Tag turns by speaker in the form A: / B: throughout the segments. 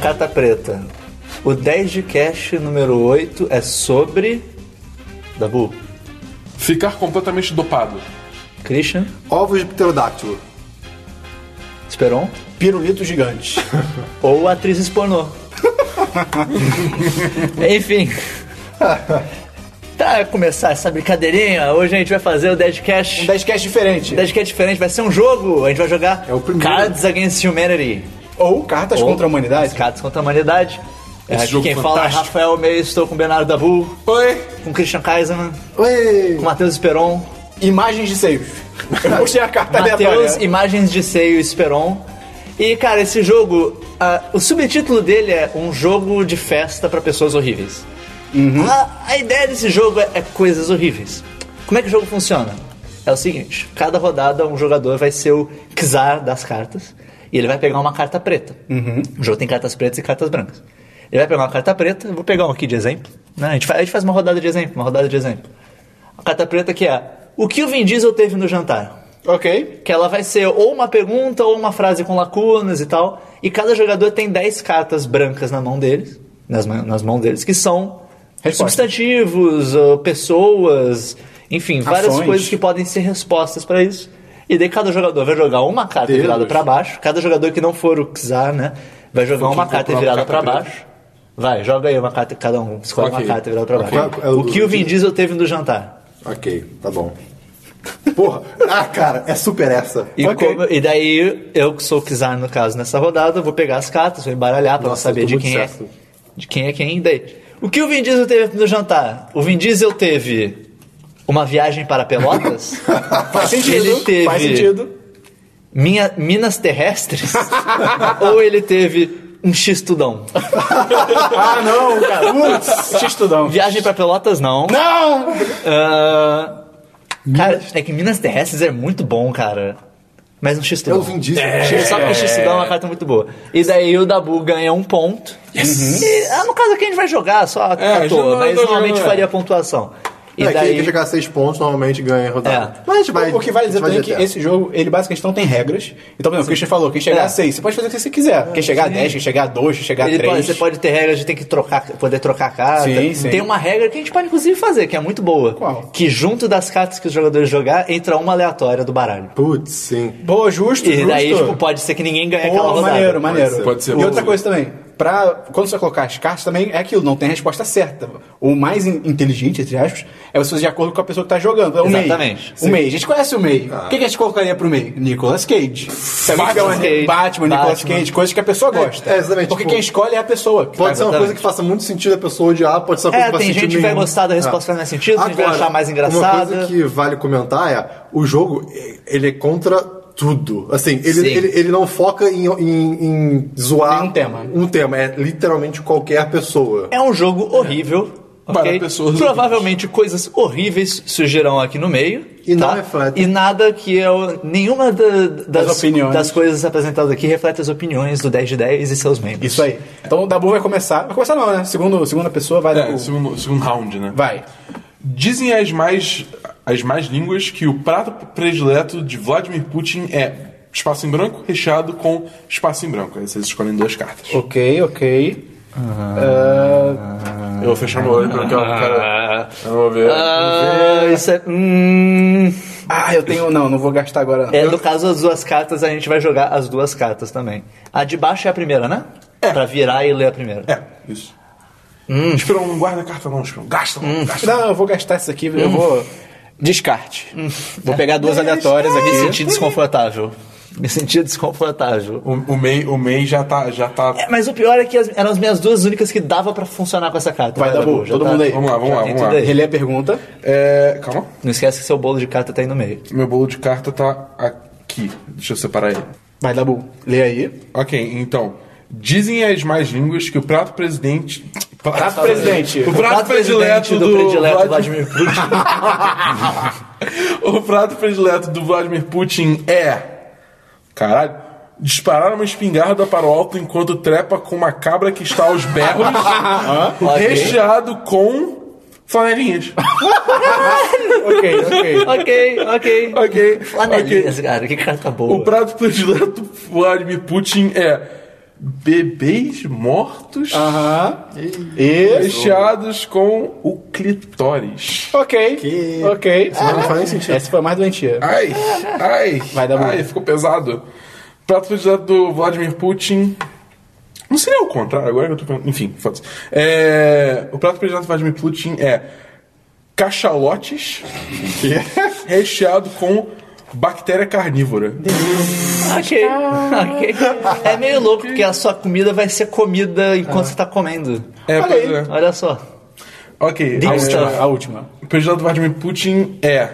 A: Cata Ah, Preta. O 10 de cast número 8 é sobre. Dabu.
B: Ficar completamente dopado.
A: Christian.
C: Ovos de pterodáctilo.
A: Esperon.
C: Pirulito gigante.
A: Ou atrizes pornô. Enfim. Pra começar essa brincadeirinha, hoje a gente vai fazer o Deadcast.
C: Um 10 cast diferente.
A: O Deadcast diferente, vai ser um jogo. A gente vai jogar
C: É o primeiro.
A: Cards Against Humanity.
C: Ou cartas contra a humanidade.
A: Cards contra a Humanidade.
B: Esse
A: Aqui
B: jogo
A: quem fala é
B: fantástico.
A: Rafael Meio, estou com o Bernardo Dabu,
B: Oi!
A: com Christian Kaiserman,
C: Oi!
A: com Matheus Esperon.
C: Imagens de seios. Eu puxei a carta
A: Matheus,
C: aleatória.
A: imagens de seio e Esperon. E, cara, esse jogo, ah, o subtítulo dele é Um Jogo de Festa pra Pessoas Horríveis.
C: Uhum.
A: A, a ideia desse jogo é, é coisas horríveis. Como é que o jogo funciona? É o seguinte: cada rodada um jogador vai ser o czar das cartas e ele vai pegar uma carta preta.
C: Uhum.
A: O jogo tem cartas pretas e cartas brancas. Ele vai pegar uma carta preta, eu vou pegar um aqui de exemplo. né? A, gente faz, a gente faz uma rodada de exemplo, uma rodada de exemplo. A carta preta que é o que o Vin Diesel teve no jantar?
C: Ok.
A: Que ela vai ser ou uma pergunta ou uma frase com lacunas e tal. E cada jogador tem 10 cartas brancas na mão deles, nas, ma- nas mãos deles, que são
C: Resposta.
A: substantivos, ou pessoas, enfim, várias
C: Ações.
A: coisas que podem ser respostas pra isso. E daí cada jogador vai jogar uma carta
C: Deus.
A: virada pra baixo. Cada jogador que não for o Czar, né, vai jogar
B: que
A: uma
B: comprou
A: carta
B: uma
A: virada
B: carta
A: pra
B: preta.
A: baixo. Vai, joga aí uma carta, cada um escolhe
B: Ok.
A: uma carta virada pra
B: Ok.
A: baixo.
D: É o
A: o que
D: do-
A: o Vin Diesel teve no jantar?
D: Ok, tá bom. Porra, ah, cara, é super essa.
A: E,
C: Ok.
A: como- e daí, eu que sou o Kizar, no caso, nessa rodada, eu vou pegar as cartas, vou embaralhar pra
D: Nossa,
A: saber
D: eu tô
A: de
D: muito
A: quem
D: certo.
A: é. De quem é quem. Daí, o que o Vin Diesel teve no jantar? O Vin Diesel teve uma viagem para Pelotas?
C: Faz sentido.
A: Ele teve-
C: Faz sentido.
A: Minha- minas terrestres? Ou ele teve um X-Tudão?
C: Ah, não, cara. Putz, te estudão.
A: Viagem para Pelotas, não.
C: Não!
A: Ah, cara, é que Minas Terrestres é muito bom, cara. Mas um
D: É o
A: X-Tudão.
D: Vin Diesel.
A: Só que o Xistudão é uma carta muito boa. E daí o Dabu ganha um ponto. E, ah, no caso aqui a gente vai jogar só à
B: É, a gente
A: toa,
B: não
A: mas
B: tá
A: normalmente
B: jogando,
A: faria pontuação. E
D: É, quem-
A: daí.
D: quem chegar a seis pontos normalmente ganha a rodada.
A: É.
D: Mas a gente vai.
C: Tipo, o que vale
D: a gente
C: dizer
D: vai
C: também é que
D: até.
C: esse jogo, ele basicamente não tem regras. Então, por exemplo, o Christian falou, quem chegar
A: É.
C: a 6, você pode fazer o que você quiser. Quem chegar a 10, quem chegar a 2, quem chegar a
A: ele pode-
C: 3.
A: você pode ter regras de ter que trocar, poder trocar a carta.
C: Sim, sim.
A: Tem uma regra que a gente pode inclusive fazer, que é muito boa.
C: Qual?
A: Que junto das cartas que os jogadores jogar, entra uma aleatória do baralho.
D: Putz, sim.
C: Boa, justo,
A: E
C: justo.
A: daí, tipo, pode ser que ninguém ganhe aquela
C: Pô,
A: rodada.
C: maneiro, maneiro.
D: ser,
B: pode ser,
C: E
B: pode
C: outra
B: ser.
C: coisa também, pra, quando você colocar as cartas também é aquilo, não tem resposta certa. O mais in- inteligente, entre aspas, é você fazer de acordo com a pessoa que tá jogando. É o MEI.
A: Exatamente. Ah.
C: O MEI, a gente conhece o MEI. O que, que a gente colocaria pro MEI? Nicolas Cage. Sabe o que
A: Batman.
C: é o Batman, Batman, Nicolas
A: Batman.
C: Cage, coisas que a pessoa gosta.
D: é, exatamente,
C: Porque
D: tipo,
C: quem escolhe é a pessoa. que
D: Pode
C: tá-
D: ser uma
A: Exatamente.
D: coisa que faça muito sentido a pessoa odiar, pode ser uma coisa
A: É,
D: que faça
A: tem
D: sentido
A: gente que vai
D: nenhum. É.
A: gostar da resposta que faz mais sentido, tem gente que vai achar mais
D: Uma
A: engraçada.
D: coisa que vale comentar é: o jogo, ele é contra tudo. Assim,
A: Sim.
D: ele, ele, ele não foca em, em, em zoar.
C: Nenhum tema.
D: Um tema, é literalmente qualquer pessoa.
A: É um jogo horrível.
C: É.
B: Para
A: ok?
B: pessoas
A: Provavelmente coisas horríveis surgirão aqui no meio. tá?
D: E não refletem.
A: E nada que eu. Nenhuma da- das,
C: opiniões.
A: das coisas apresentadas aqui reflete as opiniões do 10 de 10 e seus membros.
C: Isso aí. Então o Dabu vai começar. Vai começar não, né? Segundo, segunda pessoa vai
B: É,
C: Dabu.
B: segundo, segundo round, né?
C: Vai.
B: Dizem as mais, as mais línguas que o prato predileto de Vladimir Putin é espaço em branco recheado com espaço em branco. Aí vocês escolhem duas cartas.
C: Ok, ok.
B: Eu vou fechar meu olho pra que eu cara. Eu vou ver.
A: Ah, isso é. hum,
C: Ah, eu tenho. Não, não vou gastar agora não.
A: é, no caso das duas cartas, a gente vai jogar as duas cartas também. A de baixo é a primeira, né? É. Pra virar e ler a primeira.
B: É, isso.
A: Hum.
B: Espera, não guarda a carta não, Espera. Gasta não, gasta
C: Não, eu vou gastar isso aqui, eu vou. Descarte. Vou pegar duas
D: tá
C: aleatórias
A: Me
C: aqui.
A: senti desconfortável. Me senti desconfortável.
B: O, o MEI, o MEI já tá. Já tá...
A: É, mas o pior é que as- eram as minhas duas únicas que dava pra funcionar com essa carta.
C: Vai, Dabu,
A: já tá.
C: todo mundo aí.
B: Vamos lá, vamos
A: já
B: lá,
A: tem
B: vamos
A: tudo
B: lá.
A: aí.
C: Relê a pergunta.
B: É, calma.
A: Não esquece que seu bolo de carta tá aí no meio.
B: Meu bolo de carta tá aqui. Deixa eu separar ele.
C: Vai, Dabu. Lê aí.
B: Ok, então. Dizem as mais línguas que o prato presidente.
C: Prato presidente.
B: O prato, predileto do,
A: do predileto
B: Vladimir-
A: Vladimir Putin.
B: O prato predileto do Vladimir Putin é. Caralho. Disparar uma espingarda para o alto enquanto trepa com uma cabra que está aos berros,
A: Ok.
B: recheado com flanelinhas.
C: ok, ok.
A: ok, ok.
B: Ok. Um
A: Flanelinhas, cara, que carta boa.
B: O prato predileto do Vladimir Putin é bebês mortos
C: Aham. E.
B: recheados com o clitóris.
C: Ok.
D: Que-
C: Ok.
D: Isso não faz nem sentido.
C: Essa foi a mais doentia.
B: Ai, ai,
C: Vai dar
B: ai,
C: bom.
B: ficou pesado. Prato predileto do Vladimir Putin. Não seria o contrário, agora que eu tô pensando. Enfim, foda-se. É, o prato predileto do Vladimir Putin é cachalotes recheado com bactéria carnívora.
A: Ok. ok. É meio louco, porque a sua comida vai ser comida enquanto você tá comendo.
B: É,
C: Olha
B: pois
C: aí.
B: é.
A: Olha só.
B: Ok,
A: Deep
B: a
A: stuff.
B: última.
C: A última.
B: O predileto do Vladimir Putin é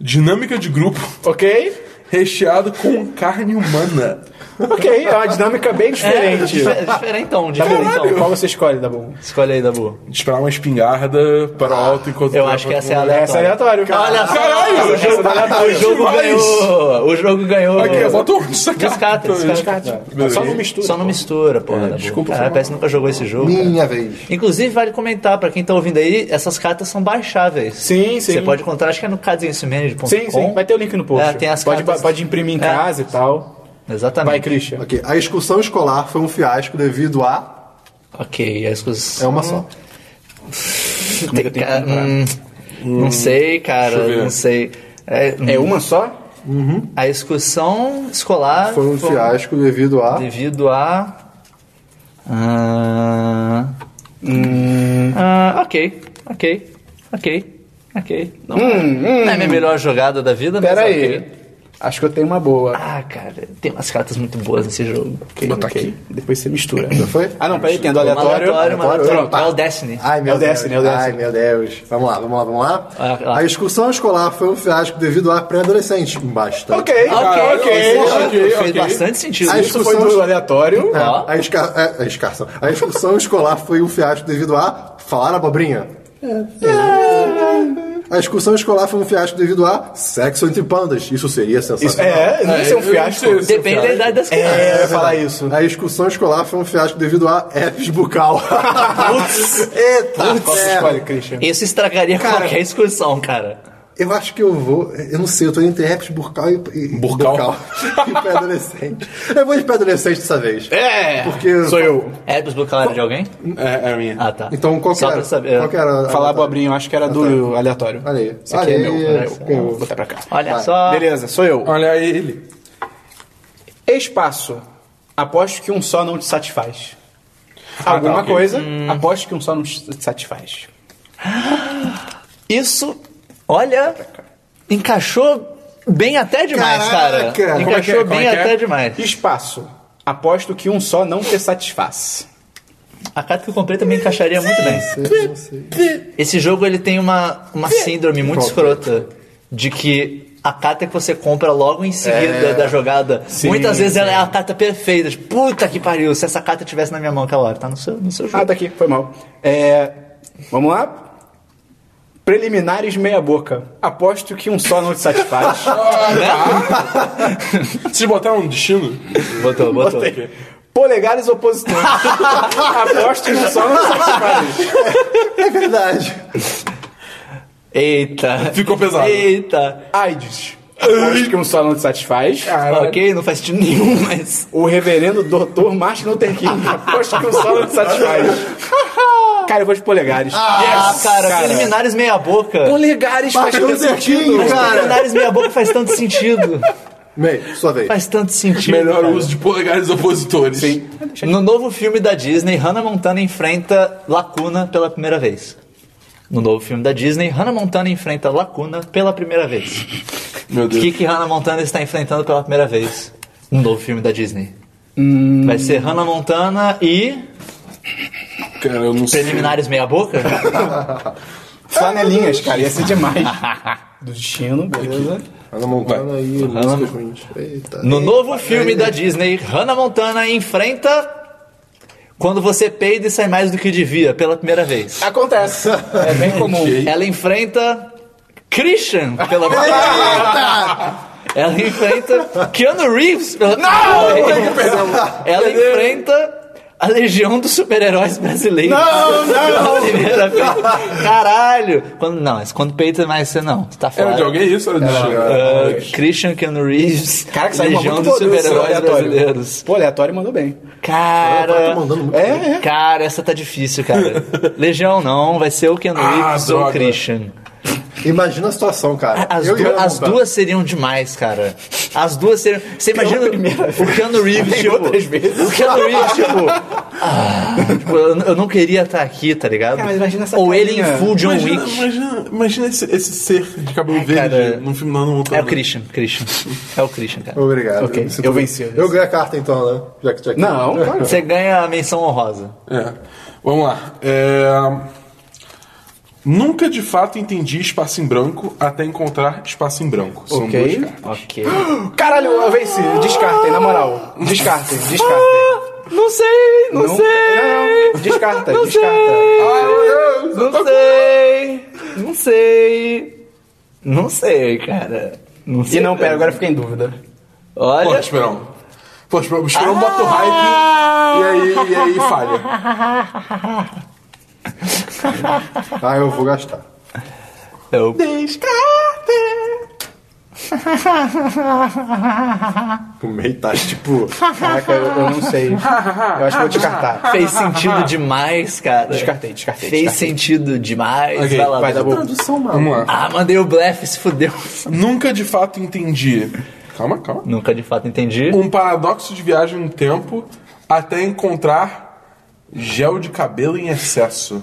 B: dinâmica de grupo
C: Ok?
B: recheado com carne humana.
C: Ok, é uma dinâmica bem
A: É,
C: diferente.
A: difer- diferentão,
C: Tá bom,
A: diferentão.
C: qual você escolhe, tá bom?
A: Escolhe aí, Dabu.
B: Disparar uma espingarda para o alto enquanto...
A: Eu acho que essa é a
C: Essa é
A: aleatória.
C: aleatório.
A: Olha só,
B: Caralho,
A: o jogo,
B: aleatório
A: o jogo
B: demais.
A: ganhou. O jogo ganhou.
B: Aqui, bota um descarta.
A: Descarta, descarta.
C: É Só não mistura.
A: Só não mistura, porra. Dabu.
B: desculpa,
A: Cara,
B: foi
A: parece que nunca jogou esse jogo. cara.
D: Minha vez.
A: Inclusive, vale comentar, pra quem tá ouvindo aí, essas cartas são baixáveis.
C: Sim, sim.
A: Você pode encontrar, acho que é no casinhocimanager.com.
C: Sim, sim. Vai ter o link no post.
A: É, tem as
C: pode,
A: cartas-
C: pode imprimir em
A: É.
C: casa e tal. Vai,
A: Exatamente.
C: Christian.
D: Ok, a excursão escolar foi um fiasco devido a.
A: Ok, as coisas...
D: É uma só.
A: Uhum. Tem, cara, hum, não sei, cara,
B: Deixa eu ver.
A: não sei. É,
C: É
A: hum,
C: uma só?
A: A excursão escolar
D: Foi um fiasco devido a.
A: devido a... Ah, ah, ok, ok, ok, ok. Não, é, não é a minha melhor jogada da vida, mas
C: Pera aí.
A: ok.
C: Acho que eu tenho uma boa.
A: Ah, cara, tem umas cartas muito boas nesse jogo.
C: Ok,
B: botar
C: ok.
B: aqui.
C: Depois você mistura.
D: Já foi?
C: Ah, não, peraí, tem do
A: Uma
C: aleatório.
A: aleatório, uma aleatório.
C: Pronto.
A: É o Destiny.
D: Ai, meu
C: É o
D: Deus.
C: Destiny, é o Destiny.
D: Ai, meu Deus. Vamos lá, vamos lá, vamos lá.
A: Ah, lá.
D: A excursão escolar foi um fiasco devido a pré-adolescente. Bastante.
C: Ok,
A: Ah,
B: Caralho,
C: ok,
B: esse-
A: Porra,
B: ok,
A: Fez
B: ok.
A: bastante sentido.
D: Aí-
C: Isso foi do aleatório.
D: É,
A: Ó.
D: a, esca... é, a excursão. A excursão escolar foi um fiasco devido a falar abobrinha. A excursão escolar foi um fiasco devido a sexo entre pandas. Isso seria
C: Isso,
D: sensacional.
C: é, não
B: É,
C: ia ser um
B: eu não
C: fiasco.
B: sei se-
A: Depende da idade das crianças.
C: É, eu ia falar isso.
D: A excursão escolar foi um fiasco devido a herpes bucal. Eita,
C: Qual você
D: é.
C: escolhe, Christian?
A: Isso estragaria
D: Cara.
A: qualquer excursão, cara.
D: Eu acho que eu vou. Eu não sei, eu tô entre herpes bucal e. e
B: Bucal?
D: e pré-adolescente. Eu vou de pré-adolescente dessa vez.
C: É!
D: Porque.
C: Sou eu.
A: É dos bucalários de alguém?
B: É, é a minha.
A: Ah, tá.
D: Então qual que
A: Só
D: era?
A: pra saber.
D: Qual que era?
C: Falar abobrinha, eu acho que era do aleatório.
D: Olha aí.
C: Esse aqui é
D: Olha
C: meu.
D: aí,
C: né? Eu
D: ganhou.
C: Vou botar pra cá.
A: Olha
D: Vai.
A: só.
C: Beleza, sou eu.
B: Olha ele.
C: Espaço. Aposto que um só não te satisfaz.
B: Ah,
C: Alguma
B: tá, ok.
C: coisa, aposto que um só não te satisfaz.
A: Isso, olha, encaixou bem até demais, cara.
D: Caraca, como é que é?
A: Encaixou
B: Como é
A: bem
B: que é?
A: até demais.
C: Espaço. Aposto que um só não te satisfaz.
A: A carta que eu comprei também encaixaria muito bem.
D: Eu não sei.
A: Esse jogo ele tem uma, uma síndrome muito escrota de que a carta que você compra logo em
B: É.
A: seguida da jogada, muitas vezes ela é a carta perfeita. Tipo, Puta que pariu, se essa carta tivesse na minha mão aquela hora, tá no seu, no seu jogo.
C: Ah, tá aqui, foi mal. É, vamos lá. Preliminares meia boca. Aposto que um só não te satisfaz.
A: né?
B: Vocês botaram um destino?
A: Botou, botou.
C: Botei. Polegares opositores. aposto que um só não te satisfaz.
D: É verdade.
A: Eita.
B: Ficou pesado.
A: Eita.
C: AIDS. Aposto que um só não te satisfaz.
B: Ah,
A: Ok, não faz sentido nenhum, mas.
C: O reverendo doutor Martin Luther King. Aposto que o solo te satisfaz. Cara, eu vou de polegares.
A: Ah, cara,
C: cara.
A: preliminares meia boca.
C: Polegares faz
D: Martin
C: todo
D: Luther
C: sentido.
D: King, cara.
A: Preliminares meia boca faz tanto sentido.
D: Bem, sua vez.
A: Faz tanto sentido.
B: Melhor
A: cara.
B: uso de polegares opositores.
C: Sim.
A: No novo filme da Disney, Hannah Montana enfrenta Lacuna pela primeira vez. No novo filme da Disney, Hannah Montana enfrenta Lacuna pela primeira vez.
B: Meu
A: O que,
B: Deus.
A: que Hannah Montana está enfrentando pela primeira vez no novo filme da Disney?
B: Hum.
A: Vai ser Hannah Montana e.
B: Cara, eu não sei.
A: Preliminares meia boca?
C: Flanelinhas, cara. Ia ser demais. Do destino, beleza.
D: Ana Montana
B: Vai.
D: e
A: Hannah
D: músicas ruins. Eita.
A: No novo filme da Disney, Hannah Montana enfrenta. Quando você peida e sai mais do que devia pela primeira vez.
C: Acontece. É bem comum.
A: Ela enfrenta Christian pela primeira vez. Ela enfrenta Keanu Reeves pela primeira vez. Ela enfrenta A Legião dos Super-Heróis Brasileiros.
D: Não,
A: Pela primeira vez. Caralho! Quando, não, mas quando peita mais você não. Você tá fora.
B: Era de alguém isso? é um Era de...
A: Ah,
B: Ah,
A: Christian Keanu Reeves.
C: Cara, que saiu uma
A: Legião
C: muito
A: dos
C: boa dessa,
A: Super-Heróis
C: é aleatório.
A: Brasileiros.
C: Pô, aleatório mandou bem.
D: Ela
A: Cara.
D: tá mandando muito bem.
C: É, é.
A: Cara, essa tá difícil, cara. Legião não, vai ser o Keanu
B: Ah,
A: Reeves ou o
B: droga.
A: Christian.
D: Imagina a situação, cara.
A: As,
D: Eu
A: du-
D: ia
A: as
D: montar.
A: duas seriam demais, cara. As duas seriam. Você imagina
C: primeira
A: o Keanu Reeves,
C: Tem
A: tipo.
C: outras vezes.
A: O Keanu Reeves, tipo. "Ah, tipo, eu, eu não queria estar aqui, tá ligado?
C: Cara, mas imagina essa
A: Ou ele em
C: carinha.
A: full John
B: imagina,
A: Wick.
B: imagina, imagina esse, esse ser de cabelo
A: Ai,
B: verde
A: cara.
B: num filme não, não
A: É o Christian, Christian. É o Christian, cara.
D: Obrigado.
C: Ok,
D: me sinto
C: eu
D: bem.
C: venci, eu venci.
D: Eu ganhei a carta então, né? Já que- já que-
C: Não, claro.
A: Você ganha a menção honrosa.
B: É. Vamos lá. É, Nunca de fato entendi espaço em branco até encontrar espaço em branco. São
C: Ok.
B: duas cartas.
A: Ok.
C: Caralho, eu venci. Descartem, na moral. Descartem, descartem.
A: Não sei, não,
C: Não-
A: sei.
C: não, descarta,
A: não Ah,
C: descarta.
A: Sei, não sei. Não sei. Não sei, cara. Não sei.
C: E não, pera,
A: mesmo.
C: agora eu fiquei em dúvida.
B: Pô,
A: Olha.
B: Esperão. Pô, Esperão, o Esperão bota o hype e aí, e aí falha.
D: Ah, eu vou gastar.
A: Eu...
D: O Mei tá tipo.
C: Caraca, eu, eu não sei. Eu acho que vou descartar.
A: Fez sentido demais, cara.
C: Descartei, descartei.
A: Fez
C: descartei.
A: sentido demais.
B: Ok,
A: vai lá,
C: Vai dar
A: Dudu.
C: bom.
D: Tradução,
B: Vamos lá.
D: mano.
A: Ah, mandei o blefe, se fudeu.
B: Nunca de fato entendi. Calma, calma.
A: Nunca de fato entendi.
B: Um paradoxo de viagem no tempo até encontrar gel de cabelo em excesso.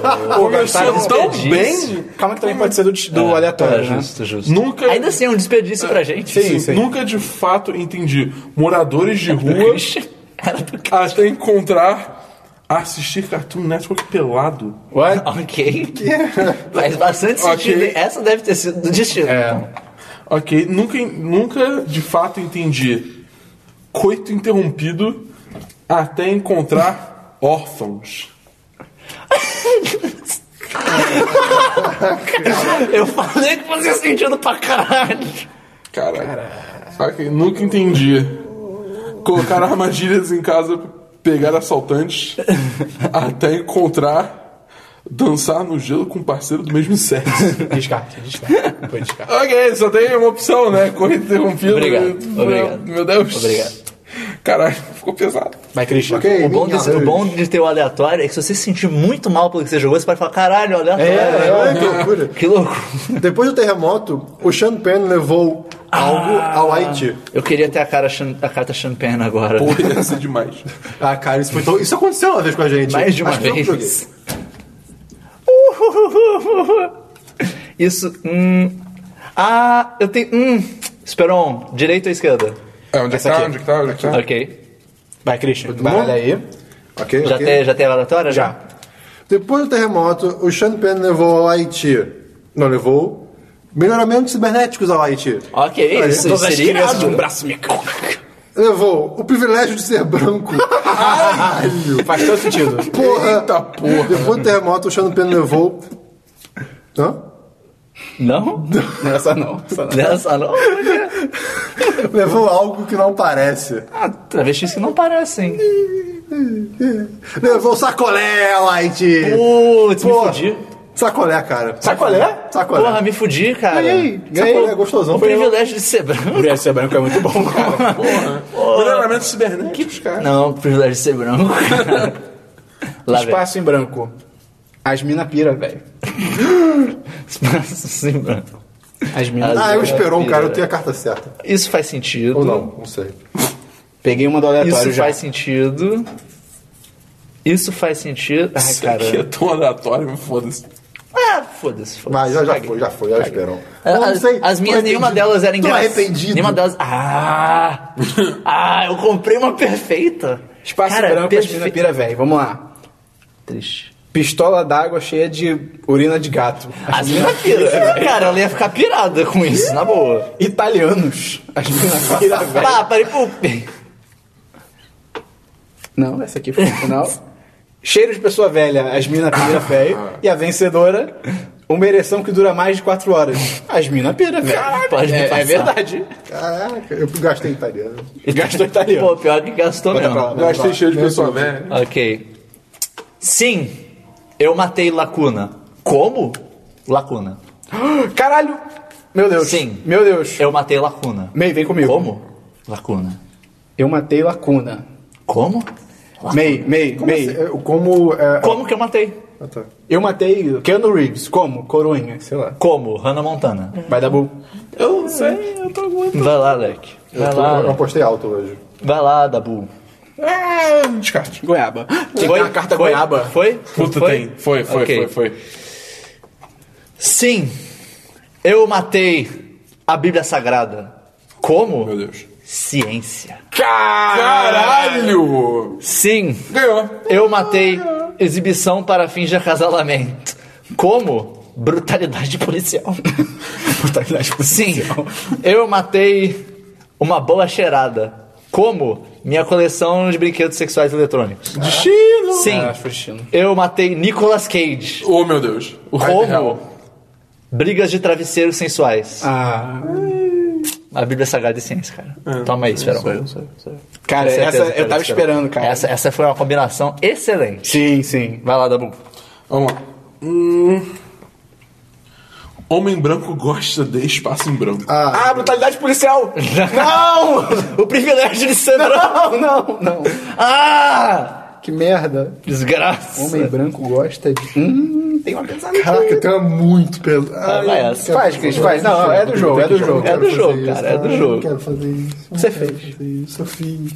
A: cara,
B: Começou
A: isso
B: tão
A: é disso.
B: bem. É,
C: Calma que também pode ser do, do
A: Tá,
C: aleatório, né?
A: justo, justo.
B: Nunca-
A: Ainda assim, é um desperdício pra gente.
C: Sim.
B: Sim, Nunca de fato entendi. Moradores de
A: é
B: rua
A: Era do cara.
B: até encontrar assistir Cartoon Network pelado.
C: What?
A: Ok. Faz bastante
B: Ok.
A: sentido. hein? Essa deve ter sido do destino.
D: É.
B: Ok, nunca, nunca de fato entendi. Coito interrompido até encontrar órfãos.
A: Eu falei que fazia sentido pra caralho.
B: Cara, ok, nunca entendi. Colocar armadilhas em casa, pegar assaltantes até encontrar dançar no gelo com um parceiro do mesmo sexo.
C: Descarte, descarte. Foi descarte.
B: Ok, só tem uma opção, né? Correr interrompido.
A: Obrigado,
B: Meu,
A: obrigado.
B: Meu Deus.
A: Obrigado.
B: Caralho, ficou pesado.
C: Vai, Christian.
D: Ok,
A: O bom,
D: minha
A: desse- o
D: vez.
A: bom de ter o aleatório é que se você se sentir muito mal pelo que você jogou, você pode falar, caralho,
D: É,
A: aleatório. né?"
D: é, que loucura.
A: Que louco.
D: Depois do terremoto, o Sean Penn levou algo ao Haiti.
A: Eu queria ter a, cara, chan- a carta champanhe agora.
B: Porra, ia ser demais.
D: Ah, cara, isso foi tão... Isso aconteceu uma vez com a gente.
A: Mais de uma
D: Acho que é um eu
A: vez.
D: joguei.
A: Isso. Hum. Ah, eu tenho. Hum. Esperon, direita ou esquerda?
B: É, onde é que
C: Essa
B: tá?
C: aqui.
B: Onde é que tá? Onde é que
D: Ah.
B: tá?
A: Ok.
C: Vai, Christian. Baralha aí.
D: Ok,
A: Já,
D: ok.
A: tem, já tem a aleatória?
C: Já.
D: Depois do terremoto, o Sean Penn levou ao Haiti. Não levou? Melhoramentos cibernéticos ao Haiti.
A: Ok,
D: Olha,
A: isso
D: todas as
A: seria
D: crianças
A: irado.
D: com
C: braço mecânico.
D: Levou o privilégio de ser branco. Caralho!
C: Faz todo sentido.
D: Porra!
B: Eita porra.
D: Depois do terremoto, o Sean Penn levou. Hã?
A: Não?
C: Essa não, essa não.
A: Dessa não? Olha.
D: Levou algo que não parece.
A: Ah, travestis que não parecem.
D: Levou sacolé, Light!
A: Putz, me
D: Porra. é?
A: fudi.
D: Sacolé, cara.
C: Sacolé?
D: Sacolé.
A: Porra, me fudi, cara.
D: Ganhei, ganhei,
A: Sacou?
D: é gostosão.
A: O privilégio de ser branco.
C: Mulher de ser branco é muito bom, cara.
B: Melhoramentos cibernéticos, cara.
A: Não, o privilégio de ser branco. cara. Lá, velho.
C: Espaço em branco. As mina pira, velho.
A: Espaço sim, branco.
C: As mina.
D: Ah, eu esperou,
A: Pira,
D: cara, eu
A: velho.
D: tenho a carta certa.
A: Isso faz sentido.
D: Ou não, não sei.
C: Peguei uma do aleatório
A: Isso
C: já.
A: faz sentido. Isso faz sentido. Ai,
B: Isso
A: cara.
B: aqui é tão aleatório, foda-se.
A: Ah, foda-se, foda-se.
D: Mas já, já
A: Caguei.
D: foi, já foi, já esperou.
A: Ah, As, as minhas, nenhuma delas era
D: engraçada.
A: engraçada.
D: Tô arrependido.
A: Nenhuma delas. Ah! ah, eu comprei uma perfeita.
C: Espaço
A: Cara,
C: branco, as mina
A: perfe-
C: pira, velho. Vamos lá.
A: Triste.
C: Pistola d'água cheia de urina de gato.
A: As mina pira.
D: É.
A: Cara, ela ia ficar pirada com isso, na boa. Ah,
C: Italianos. As mina pira, velho.
A: Pá, parei pro.
C: Não, essa aqui foi no final. Cheiro de pessoa velha, as mina pira feio. e a vencedora, uma ereção que dura mais de 4 horas. As mina pira, velho.
A: pode
C: é,
A: passar.
C: é verdade.
D: Caraca, eu gastei italiano.
C: Gastou
D: tá
C: italiano.
A: Pô, pior que gastou
C: Bota pra
A: mesmo.
C: lá.
D: né?
B: Gastei cheio de pessoa velha.
A: Ok. Sim, eu matei Lacuna. Como? Lacuna.
C: Caralho! Meu Deus.
A: Sim.
C: Meu Deus.
A: Eu matei Lacuna.
C: May, vem comigo.
A: Como? Lacuna.
C: Eu matei lacuna.
A: Como?
C: May, May,
D: Como,
C: May.
D: assim, é, como é,
A: Como que eu matei?
D: Ah, tá.
C: Eu matei Keanu Reeves. Como? Coroinha, sei lá.
A: Como? Hannah Montana.
C: Vai dar bom.
B: Eu não sei, eu tô muito.
A: Vai lá, Leque. Vai
D: Eu, tô- eu
A: lá,
D: apostei alto hoje.
A: vai lá, Dabu.
B: Ah, descarte.
C: Goiaba. Tinha que ter uma carta
A: Foi?
C: goiaba.
A: Foi?
B: Puta,
A: Foi?
B: tem. Foi, foi,
A: Ok.
B: foi, foi.
A: Sim, eu matei a Bíblia Sagrada. Como?
B: Meu Deus.
A: Ciência.
B: Caralho!
A: Sim,
B: Ganhou.
A: eu matei exibição para fins de acasalamento. Como? Brutalidade policial.
C: Brutalidade
A: Sim, eu matei uma boa cheirada. Como? Minha coleção de brinquedos sexuais eletrônicos.
B: Destino.
A: Sim,
C: Ah, Frustino.
A: eu matei Nicolas Cage.
B: Oh, meu Deus. O Hype
A: Como?
B: Hell.
A: Brigas de travesseiros sensuais.
C: Ah,
A: A Bíblia Sagrada e Ciência, cara. Toma aí, Esperão.
B: Sou eu, sou eu, sou eu.
C: cara,
A: Com certeza,
C: É, essa eu
A: cara,
C: tava esperando, cara.
A: Essa, essa foi uma combinação excelente.
C: Sim, sim.
A: Vai lá, Dabu.
B: Vamos lá. Hum. Homem branco gosta de espaço em branco.
C: Ah, brutalidade policial! não!
A: O privilégio de Sandra.
C: Não, não, não.
A: Ah!
D: Que merda.
A: Desgraça.
C: Homem branco gosta de. Hum, tem uma pensamento.
D: Caraca, tem uma muito pesada.
A: Ah, vai essa.
C: Faz, Cris, faz. Não, é do jogo, é do jogo.
A: É do jogo, cara, é do jogo.
D: quero fazer isso.
C: Você
D: não quero
C: fez.
D: fazer isso, eu fiz.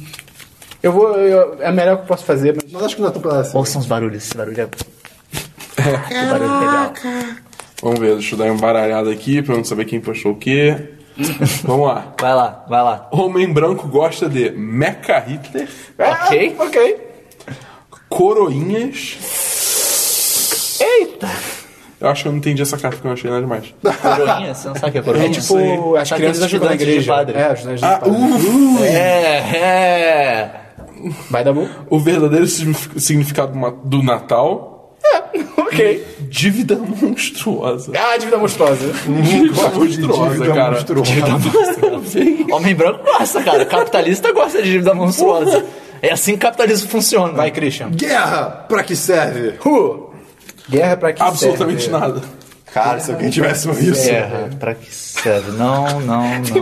C: Eu vou. eu- é a melhor que eu posso fazer, mas.
D: Mas acho que não é tão pra assim.
A: Ouçam os barulhos. Esse barulho é. Esse barulho é legal.
B: Vamos ver, deixa eu dar uma baralhada aqui pra eu não saber quem postou o quê. Vamos lá.
A: Vai lá, vai lá.
B: Homem branco gosta de Mecha Hitler,
C: Ah,
A: Ok.
C: ok.
B: coroinhas.
A: Eita!
B: Eu acho que eu não entendi essa carta porque eu não achei nada demais.
A: Coroinha? Você não sabe o que é coroinha?
B: É tipo-
C: Tipo, as
A: Sabe aqueles
C: crianças ficam na
A: ajudantes de
C: igreja.
A: padre.
C: É, ajudantes de
B: Ah,
C: padre.
B: ui.
A: É, é.
C: Vai dar bom.
B: O verdadeiro signifi- significado ma- do Natal: é
C: Ok.
B: dívida monstruosa.
C: Ah, dívida monstruosa.
B: Dívida
D: Dívida
B: monstruosa, cara.
D: monstruosa.
B: Vem.
A: Homem branco gosta, cara. Capitalista gosta de dívida monstruosa. É assim que o capitalismo funciona.
C: Vai, Christian.
D: Guerra, pra que serve?
C: Hu. Guerra pra que
B: Absolutamente
C: serve?
B: nada.
D: Cara, se alguém tivesse isso.
A: Guerra, É, pra que serve? Não, não, não. não.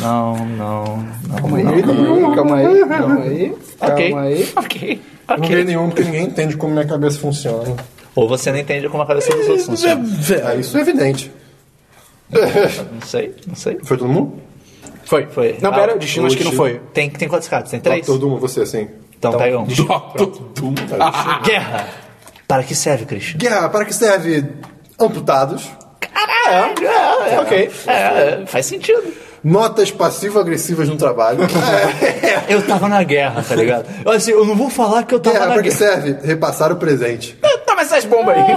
A: Não, não, não.
C: Calma aí, calma aí, calma aí.
A: Ok.
C: Calma aí.
A: Ok.
D: Eu não ganhei nenhum, porque ninguém entende como minha cabeça funciona.
A: Ou você não entende como a cabeça dos outros funciona.
D: É, isso é evidente.
A: Não sei, não sei.
D: Foi todo mundo?
C: Foi,
A: Foi. Ah,
C: Não, pera, destino acho que não foi.
A: Tem, tem quantas cartas? Tem três?
D: Todo mundo, você assim.
A: Então, tá aí um.
B: Doctor Doom. Ah,
A: Guerra! Para que serve, Christian?
D: Guerra, para que serve? Amputados.
A: Caralho! É, é,
C: Ok.
A: é, é, faz sentido.
D: Notas passivo-agressivas no trabalho. É.
A: Eu tava na guerra, tá ligado? Eu, assim, eu não vou falar que eu tava
D: Guerra,
A: na
D: para que
A: guerra.
D: serve? Repassar o presente.
C: Toma essas bombas aí.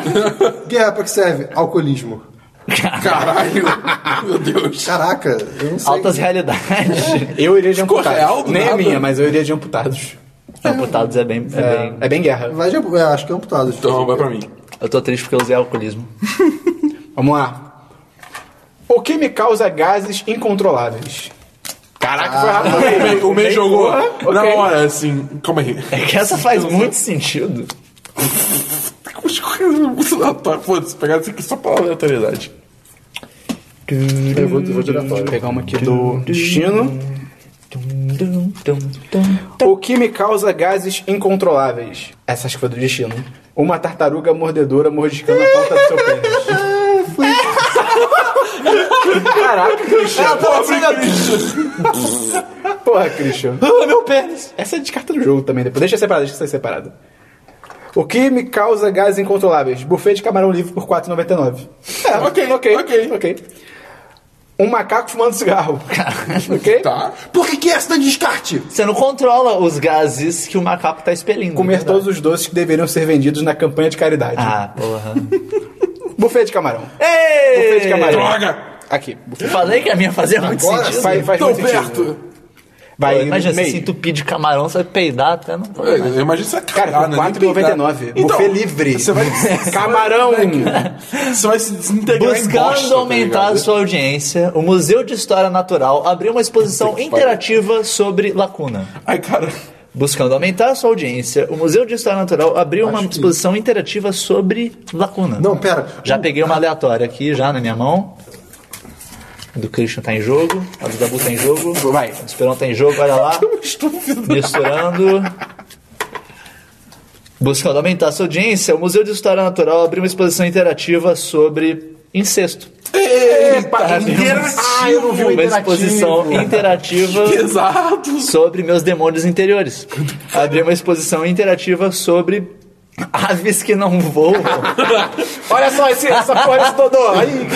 D: Guerra, para que serve? Alcoolismo.
B: Caralho. Meu Deus.
D: Caraca, eu não sei.
A: Altas realidades.
C: Eu iria de
B: Ficou
C: amputados.
B: real do
C: Nem
B: nada?
C: a minha, mas eu iria de amputados.
A: Amputados é bem, é
C: É,
A: bem.
C: é bem guerra.
D: Vai de, é, acho que é amputados.
B: Então, vai pra mim.
A: Eu tô triste porque eu usei alcoolismo.
C: Vamos lá. O que me causa gases incontroláveis? Ah. Caraca, foi rápido.
B: O Mei- O Mei jogou
C: Porra,
B: na
C: ok.
B: hora, assim. Calma aí.
A: É que essa faz muito sentido.
B: Foda-se, pegar isso aqui só pela aleatoriedade.
D: Eu vou, eu vou direto.
C: Vou pegar uma aqui do destino. O que me causa gases incontroláveis? Essa acho que foi do destino. Uma tartaruga mordedora mordiscando a ponta do seu pênis. Caraca, Christian. Porra, Christian.
A: Ah, meu pênis!
C: Essa é de carta do jogo também. Depois. Deixa separada, deixa sair separada. O que me causa gases incontroláveis? Buffet de camarão livre por R$4,99. É, ok, ok, ok, ok. Um macaco fumando cigarro. ok?
B: Tá.
D: Por que, que essa tá de descarte?
A: Você não controla os gases que o macaco tá expelindo.
C: Comer
A: né?
C: todos os doces que deveriam ser vendidos na campanha de caridade.
A: Ah, porra.
C: Buffet de camarão.
A: Ei!
C: Buffet de camarão.
B: Droga!
C: Aqui, buffet.
A: Falei que a minha fazia muito
D: Agora
A: sentido.
C: Faz, faz
B: Tô
C: muito sentido.
B: perto.
C: Vai
A: Imagina,
C: meio.
A: você se entupir de camarão, você vai peidar até não
B: É, eu imagino que você vai
C: Cara,
B: cagar,
C: por
B: né? Nem
C: 4,99,
B: peidar.
C: buffet livre.
B: Você vai...
C: Camarão!
B: Você vai se desintegrar em
A: Buscando
B: bosta, tá
A: aumentar
B: ligado?
A: sua audiência, o Museu de História Natural abriu uma exposição interativa sobre lacuna.
B: Ai, cara.
A: Buscando aumentar sua audiência, o Museu de História Natural abriu uma exposição interativa sobre lacuna.
D: Não, pera.
A: Já peguei uma aleatória aqui, já na minha mão. A do Christian tá em jogo, a do Dabu tá em jogo,
C: Vai.
A: a do Esperão tá em jogo, olha lá. Misturando. Buscando aumentar sua audiência, o Museu de História Natural abriu uma exposição interativa sobre incesto. Tá
C: Epa,
B: interativo.
C: Ah, eu não vi o
A: Uma
C: interativo.
A: exposição interativa
B: Pesado.
A: sobre meus demônios interiores. Abriu uma exposição interativa sobre aves que não voam.
C: Olha só esse, essa porra desse Dodô. Aí,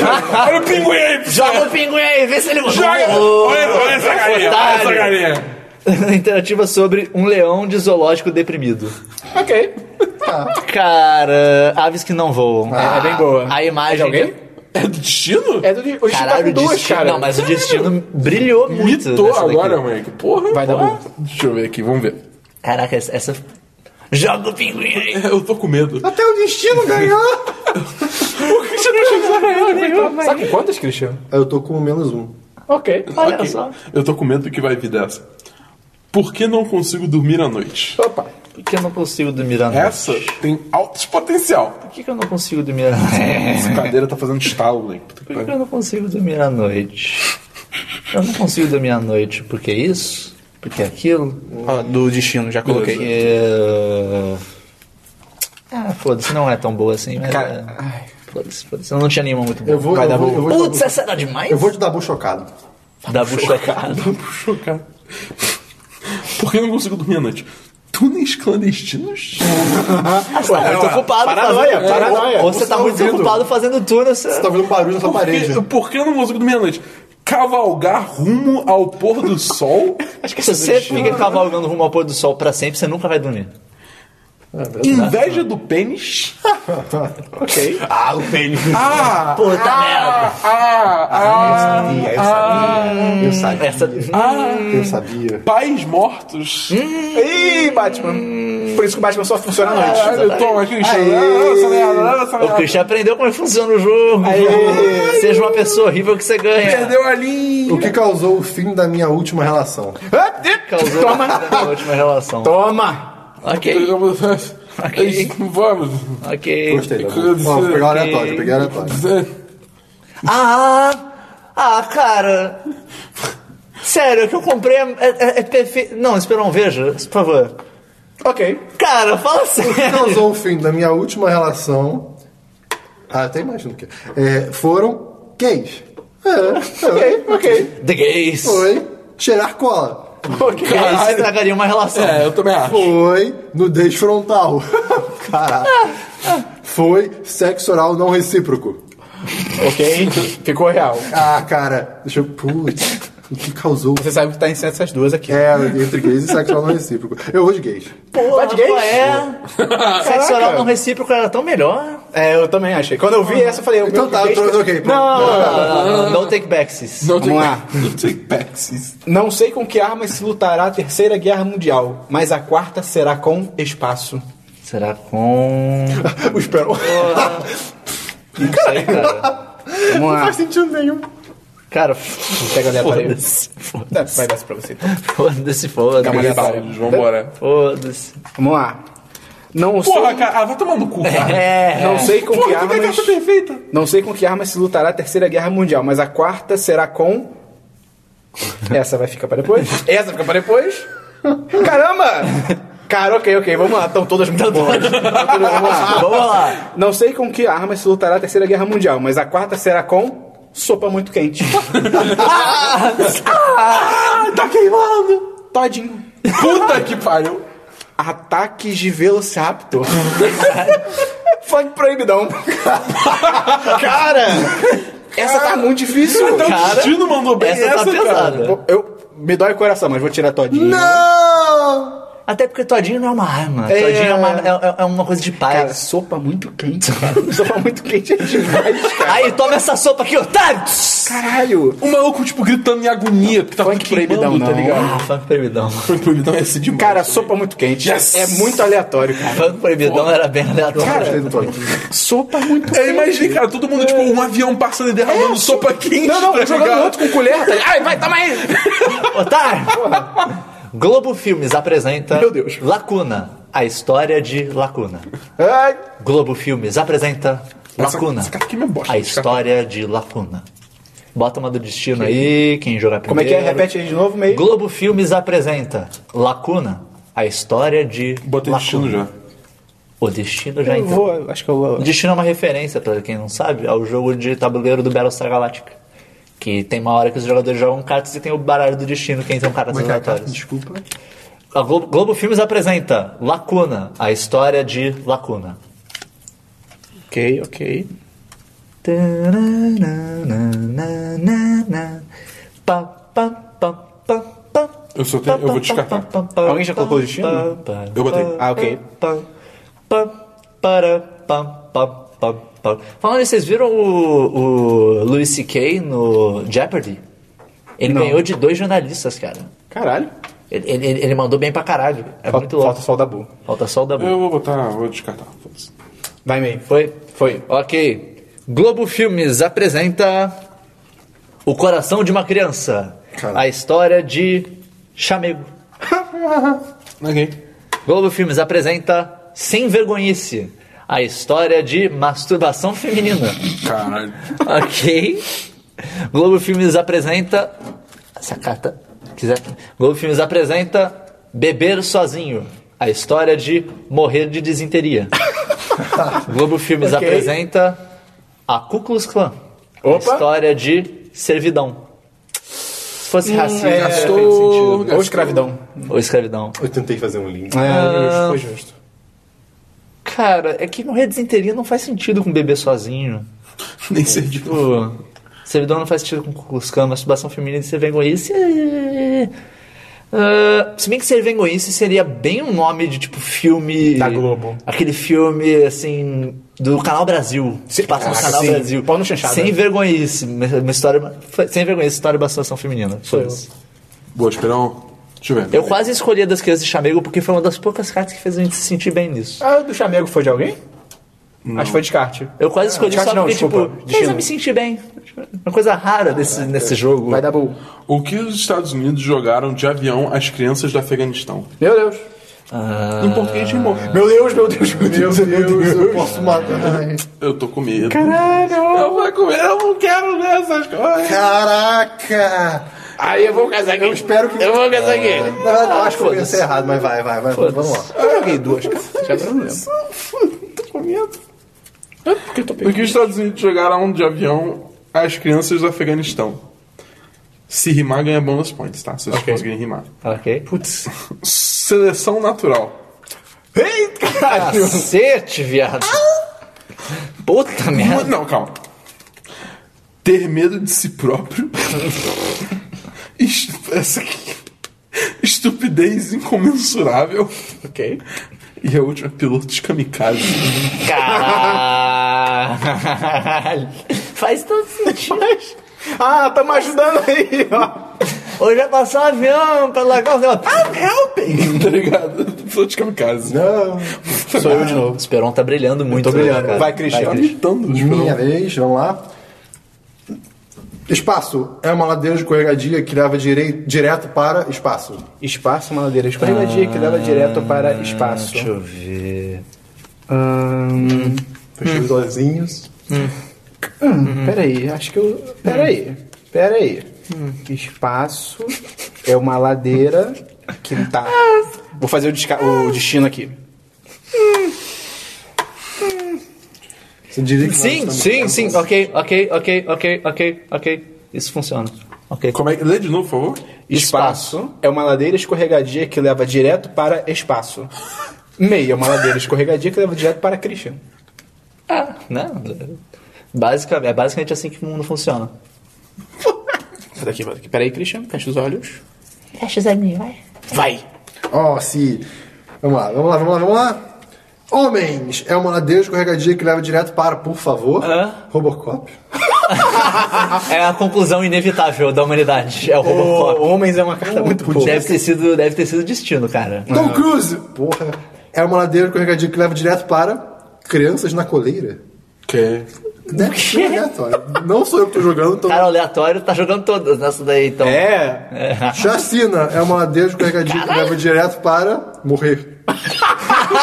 B: Olha o pinguim aí.
A: Joga o pinguim aí, vê se ele voa.
B: Joga. Olha, olha essa galinha. Olha essa
A: Otário.
B: galinha.
A: Interativa sobre um leão de zoológico deprimido.
C: ok.
A: Cara, aves que não voam.
C: É, é bem boa.
A: A imagem.
C: É de alguém?
A: que-
B: É do destino?
C: É do de- o Chico tá
A: Caralho,
C: com
A: o
C: duas,
A: destino.
C: cara.
A: Não, mas o destino brilhou muito.
B: Mitou
A: nessa daqui.
B: agora, moleque. Porra.
C: Vai dar
B: porra.
C: bom.
B: Deixa eu ver aqui, vamos ver.
A: Caraca, essa- essa. Joga o pinguim aí.
B: É, Eu tô com medo.
D: Até o destino ganhou!
C: Sabe com quantas, Cristiano?
D: Eu tô com menos um.
C: Ok.
A: Olha
B: Ok.
A: só.
B: Eu tô com medo do que vai vir dessa. Por que não consigo dormir à noite?
C: Opa.
A: Por que eu não consigo dormir à noite?
B: Essa tem alto potencial.
A: Por que, que eu não consigo dormir à
C: É.
A: noite?
B: Essa cadeira tá fazendo estalo, moleque. Puta
A: Por
B: que
A: que
B: pariu.
A: eu não consigo dormir à noite? Eu não consigo dormir à noite porque é isso? Porque é aquilo?
C: Ó, Ah, do destino, já coloquei.
A: Porque. uh, Ah, foda-se, não é tão boa assim, mas.
C: Cara,
A: é, Foda-se, foda-se. Eu não tinha nenhuma muito boa.
D: Eu vou,
C: Vai
D: eu
C: dar
D: vou,
C: bom.
D: eu vou, te
A: Putz,
D: dar-
A: essa era demais?
D: eu vou te dar bu chocado.
A: Da bucha chocada.
B: Chocado. Por que eu não consigo dormir à noite? Túneis clandestinos?
A: Você tá muito ocupado
C: paranoia,
A: fazendo-
C: paranoia.
A: Ou você
D: Você
A: tá
D: tá
A: muito
D: ouvindo?
A: ocupado fazendo túnel. Você...
D: Você tá ouvindo um barulho na sua
B: Por
D: parede.
B: que, por que eu não consigo dormir à noite? Cavalgar rumo ao pôr do sol?
A: Acho que se você fica cavalgando rumo ao pôr do sol pra sempre, você nunca vai dormir.
B: Inveja do pênis?
C: Ok.
D: Ah, o pênis.
B: Ah!
A: Puta merda!
B: Ah! Ah!
D: Eu sabia, eu sabia.
A: Essa...
D: Eu sabia.
B: Pais mortos?
C: Ih, Batman. Por isso que o Batman só funciona à noite.
B: Caralho, toma, Cristiano. Ah, essa merda, essa
A: tá- O
B: merda.
A: Christian aprendeu como é funciona o jogo.
C: Aê.
A: Seja uma pessoa horrível que você ganha.
B: Perdeu a linha.
D: O que causou o fim da minha última relação?
C: Ah, de-
A: Causou
C: Toma.
A: na última relação.
C: Toma.
A: Ok, Ok.
B: Vamos.
A: ok.
D: Gostei, tá bom. Ó, vou pegar o aleatório, peguei o aleatório.
A: Ah, ah, cara. Sério, o que eu comprei é, é- é perfeito. Não, espera, não, veja, por favor.
C: Ok.
A: Cara, fala
D: que
A: sério.
D: causou o fim da minha última relação. Ah, até imagino que. É, foram gays. É,
C: Ok,
D: é,
C: ok.
A: The gays.
D: Foi cheirar cola.
C: Ok.
A: Gays
B: Caralho.
A: estragaria uma relação.
B: É, eu também acho.
D: Foi nudez frontal. Caraca. Foi sexo oral não recíproco.
C: Ok. Ficou real.
D: Ah, cara. Deixa eu. Putz, o que causou?
C: Você sabe que tá em cima dessas duas aqui.
D: É, entre gays e sexo oral não recíproco. Eu vou de gays.
A: Porra,
C: Vai de gays?
A: qual É. Sexo oral não recíproco era tão melhor.
C: É, eu também achei. Quando eu vi essa, eu falei... eu-
D: Então tá,
C: eu-
D: tô- ok. pronto.
C: Não, não, não.
A: Não, não, não, Ah, no take backs.
B: Não tem,
C: lá.
B: Não tem pexis.
C: Não sei com que armas se lutará a Terceira Guerra Mundial, mas a quarta será com espaço.
A: Será com.
D: O esperão.
A: Não sei, cara.
C: Vamos
D: Não
C: lá.
D: faz sentido nenhum.
A: Cara,
C: Pega ali a parede.
A: foda-se. Foda-se,
C: Não, Vai dar isso pra você. então.
A: foda-se, foda-se.
C: Calma aí.
B: Aleatórios, vambora.
A: Foda-se.
C: Vamos lá. Não sei,
B: Porra, cara, ah, vai tomar no cu, cara.
A: É.
C: não sei com
B: Porra,
C: que
B: que tem
C: armas...
B: carta perfeita.
C: Não sei com que armas se lutará a Terceira Guerra Mundial, mas a quarta será com... Essa vai ficar pra depois? Essa fica pra depois? Caramba! Cara, ok, ok, vamos lá. Estão todas muito boas. Vamos lá.
A: Vamos lá.
C: Não sei com que arma se lutará a Terceira Guerra Mundial, mas a quarta será com sopa muito quente.
B: Ah, tá queimando.
C: Todinho.
B: Puta que pariu.
C: Ataques de Velociraptor. Funk proibidão. Cara! Essa tá muito difícil.
B: Até o
A: Cara,
B: destino mandou bem
A: essa
B: essa,
A: tá
B: cara.
A: pesada.
C: Eu, me dói o coração, mas vou tirar todinho.
D: Não!
A: Até porque todinho não é uma arma.
C: É.
A: Todinho é uma, é- é uma coisa de
C: Cara,
A: paz.
C: sopa muito quente, cara. sopa muito quente é demais, cara.
A: Aí, toma essa sopa aqui, otário!
C: Caralho.
B: O maluco, tipo, gritando em agonia, porque tava
C: Funk
B: tudo queimando,
C: proibidão,
B: tá
C: não.
B: ligado?
A: Ah, funk proibidão.
B: Funk proibidão é esse demais.
C: Cara, sopa muito quente.
B: Yes!
C: É muito aleatório, cara.
A: Funk proibidão era bem aleatório.
D: Gostei do Tony.
C: Sopa muito
B: É, imagina, cara, todo mundo, tipo, um avião passando e derramando sopa quente.
C: É Não, não,
B: tá
C: jogando
B: ligado?
C: outro com colher. Tá ligado? Ai, vai, toma aí.
A: Otário! Globo Filmes apresenta
C: Meu Deus.
A: Lacuna, a história de Lacuna.
C: Ai.
A: Globo Filmes apresenta
B: Nossa,
A: Lacuna,
B: esse cara aqui me bosta,
A: a
B: esse cara.
A: história de Lacuna. Bota uma do destino aí, quem jogar primeiro.
C: Como é que é? Repete aí de novo, meio.
A: Globo Filmes apresenta Lacuna, a história de
B: Botei
A: Lacuna.
B: destino já.
A: O destino já
C: Eu
A: então.
C: vou, acho que eu vou.
A: O Destino é uma referência, pra quem não sabe, ao jogo de tabuleiro do Battlestar Galactica. Que tem uma hora que os jogadores jogam cartas e tem o baralho do destino, quem são cartas
D: Como é que é a carta?
A: aleatórias.
D: Desculpa.
A: A Globo, Globo Filmes apresenta Lacuna, a história de Lacuna.
C: Ok, ok.
A: Pa, pa, pa, pa, pa.
B: Eu só tenho- eu vou descartar.
A: Pa, pa, pa,
C: Alguém já colocou o destino?
A: pa, pa,
B: Eu botei.
A: pa,
C: Ah, ok.
A: pa, pa, para, pa, pa, pa, pa. Falando nisso, vocês viram o, o Louis C.K. no Jeopardy? Ele
C: Não.
A: ganhou de dois jornalistas, cara.
C: Caralho.
A: Ele, ele, ele mandou bem pra caralho. É
C: Falta-
A: muito louco.
C: Falta só o da Bu.
A: Falta só o da
B: Eu vou botar, vou descartar. foda-se.
C: Vai, meio.
A: Foi?
C: Foi.
A: Ok. Globo Filmes apresenta O Coração de uma Criança.
D: Cara.
A: A história de Chamego.
B: Ok.
A: Globo Filmes apresenta Sem Vergonhice. A história de masturbação feminina.
B: Caralho.
A: ok. Globo Filmes apresenta. Essa carta. Quiser. Globo Filmes apresenta Beber Sozinho. A história de morrer de disenteria. Globo Filmes
C: Ok.
A: apresenta A Ku Klux Klan. A
C: Opa.
A: história de servidão. Se fosse racismo,
C: é,
A: teria
B: gastou-
A: feito sentido.
B: Ô,
C: Ou escravidão.
A: Ou escravidão.
D: Eu tentei fazer um link.
C: É, foi justo.
A: Cara, é que morrer de disenteria não faz sentido com beber sozinho.
B: Nem sei de
A: Tipo, servidor não faz sentido com Cuscan, masturbação feminina e servengoice. é- Ah, se bem que servengoice seria bem um nome de tipo filme.
C: Da Globo.
A: Aquele filme, assim, do Canal Brasil. Se passa no
C: Caraca,
A: Canal
C: sim.
A: Brasil.
C: Pau no né? chanchada.
A: Sem vergonhice. Uma história. Sem vergonhice, história de masturbação feminina. Foda-se.
B: Boa, Esperão. Deixa eu ver.
A: Eu quase escolhi a das crianças de chamego porque foi uma das poucas cartas que fez a gente se sentir bem nisso.
C: Ah, o do Chamego foi de alguém? Acho que foi descarte.
A: Eu quase escolhi
C: descarte
A: só
C: não,
A: porque,
C: desculpa,
A: tipo, fez
C: destino.
A: eu me sentir bem. Uma coisa rara desse, nesse jogo.
C: é. Vai dar Bu.
B: O que os Estados Unidos jogaram de avião às crianças do Afeganistão? Ah.
C: Meu Deus.
B: Em português rimou.
C: Meu Deus, meu Deus, meu Deus.
D: Meu Deus, eu posso matar.
B: Eu tô com medo. Eu vou comer, eu não quero nessas coisas.
D: Caraca!
C: Aí eu vou casar aqui. Eu
D: Espero que.
C: vou casar aqui.
D: Na verdade, eu acho que eu pensei errado, mas vai, vai, vai. Vamos lá.
C: Eu joguei duas, cara. Agora eu não lembro.
B: Tô com medo.
C: Ah, Por que eu tô
B: O
C: pegando?
B: que os Estados Unidos jogaram de avião às crianças do Afeganistão? Se rimar, ganha bonus points, tá? Se vocês conseguirem rimar.
A: Ok.
C: Putz.
B: Seleção natural.
C: Eita, caralho.
A: Cacete, viado. Puta
B: Uma-
A: merda.
B: Não, calma. Ter medo de si próprio. Estu- Essa aqui. Estupidez incomensurável.
C: Ok.
B: E a última, pilotos kamikaze.
A: Caralho. Faz todo sentido.
C: Ah, tá me ajudando aí, ó. Ah!
A: Hoje vai passar um avião pela costa. I'm helping.
B: tá ligado? Pilotos kamikaze.
D: Não.
C: Sou eu de novo.
A: O Esperon tá brilhando muito.
C: Tô
A: hoje,
C: brilhando.
A: cara.
C: Vai, Christian.
B: Tá gritando,
D: Minha
B: Esperão.
D: vez, vamos lá. Espaço é uma ladeira escorregadia que leva direi- direto para espaço.
C: Espaço, uma ladeira escorregadia que leva direto para espaço.
A: Deixa eu ver.
C: Ahn,
D: Fechei os olhinhos.
C: hum, Peraí, acho que eu. Peraí, peraí. Espaço é uma ladeira que não tá. Vou fazer o, desca- o destino aqui.
D: Você diria que
A: Sim,
D: nós estamos-
A: sim, sim. Ok, ok, ok, ok, ok, ok. Isso funciona. Ok.
B: Como é que. Lê de novo, por favor.
A: Espaço.
C: Espaço é uma ladeira escorregadia que leva direto para espaço. Meio é uma ladeira escorregadia que leva direto para Christian.
A: Ah, né? Basica, é basicamente assim que o mundo funciona.
C: Vai daqui, vai daqui. Peraí, Christian, fecha os olhos.
E: Fecha os olhinhos, vai.
C: Vai!
D: Oh, se. Vamos lá, vamos lá, vamos lá, vamos lá. Homens é uma ladeira escorregadia que leva direto para, por favor,
A: Hã?
D: Robocop.
A: É a conclusão inevitável da humanidade. É o
C: O
A: Robocop.
C: Homens é uma carta muito boa.
A: Deve ter sido, deve ter sido destino, cara.
D: Tom Cruise! Porra. É uma ladeira escorregadia que leva direto para crianças na coleira. Né?
B: Que...
D: Deve ser aleatório. Não sou eu que tô jogando, então.
A: Cara aleatório tá jogando todas nessa daí, então.
C: É.
D: Chacina é uma ladeira escorregadia que leva direto para morrer.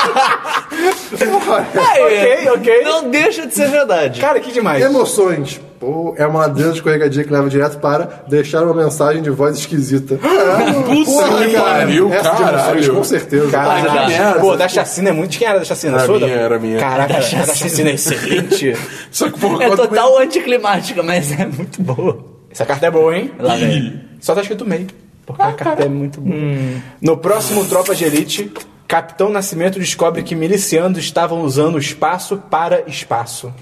D: Porra.
A: Tá Aí,
C: Ok, ok.
A: Não deixa de ser verdade.
C: Cara, que
D: É
C: demais.
D: Emoções. Pô, é uma ladeira escorregadia que leva direto para deixar uma mensagem de voz esquisita. Porra,
B: que
D: cara.
B: pariu,
D: Essa de emoções,
B: caralho.
D: com certeza. Ah, tá,
C: Caralho.
A: Cara,
B: merda.
C: Pô, da chacina é muito. Quem era da chacina?
B: Era
C: Soda?
B: minha, era minha.
C: Caraca, da chacina, é excelente.
B: Só que por
A: É total anticlimática, mas é muito boa.
C: Essa carta é boa, hein?
A: Lá vem.
C: Só tá escrito meio. Porque a carta é muito boa. No próximo Tropa de Elite, Capitão Nascimento descobre que milicianos estavam usando espaço para espaço.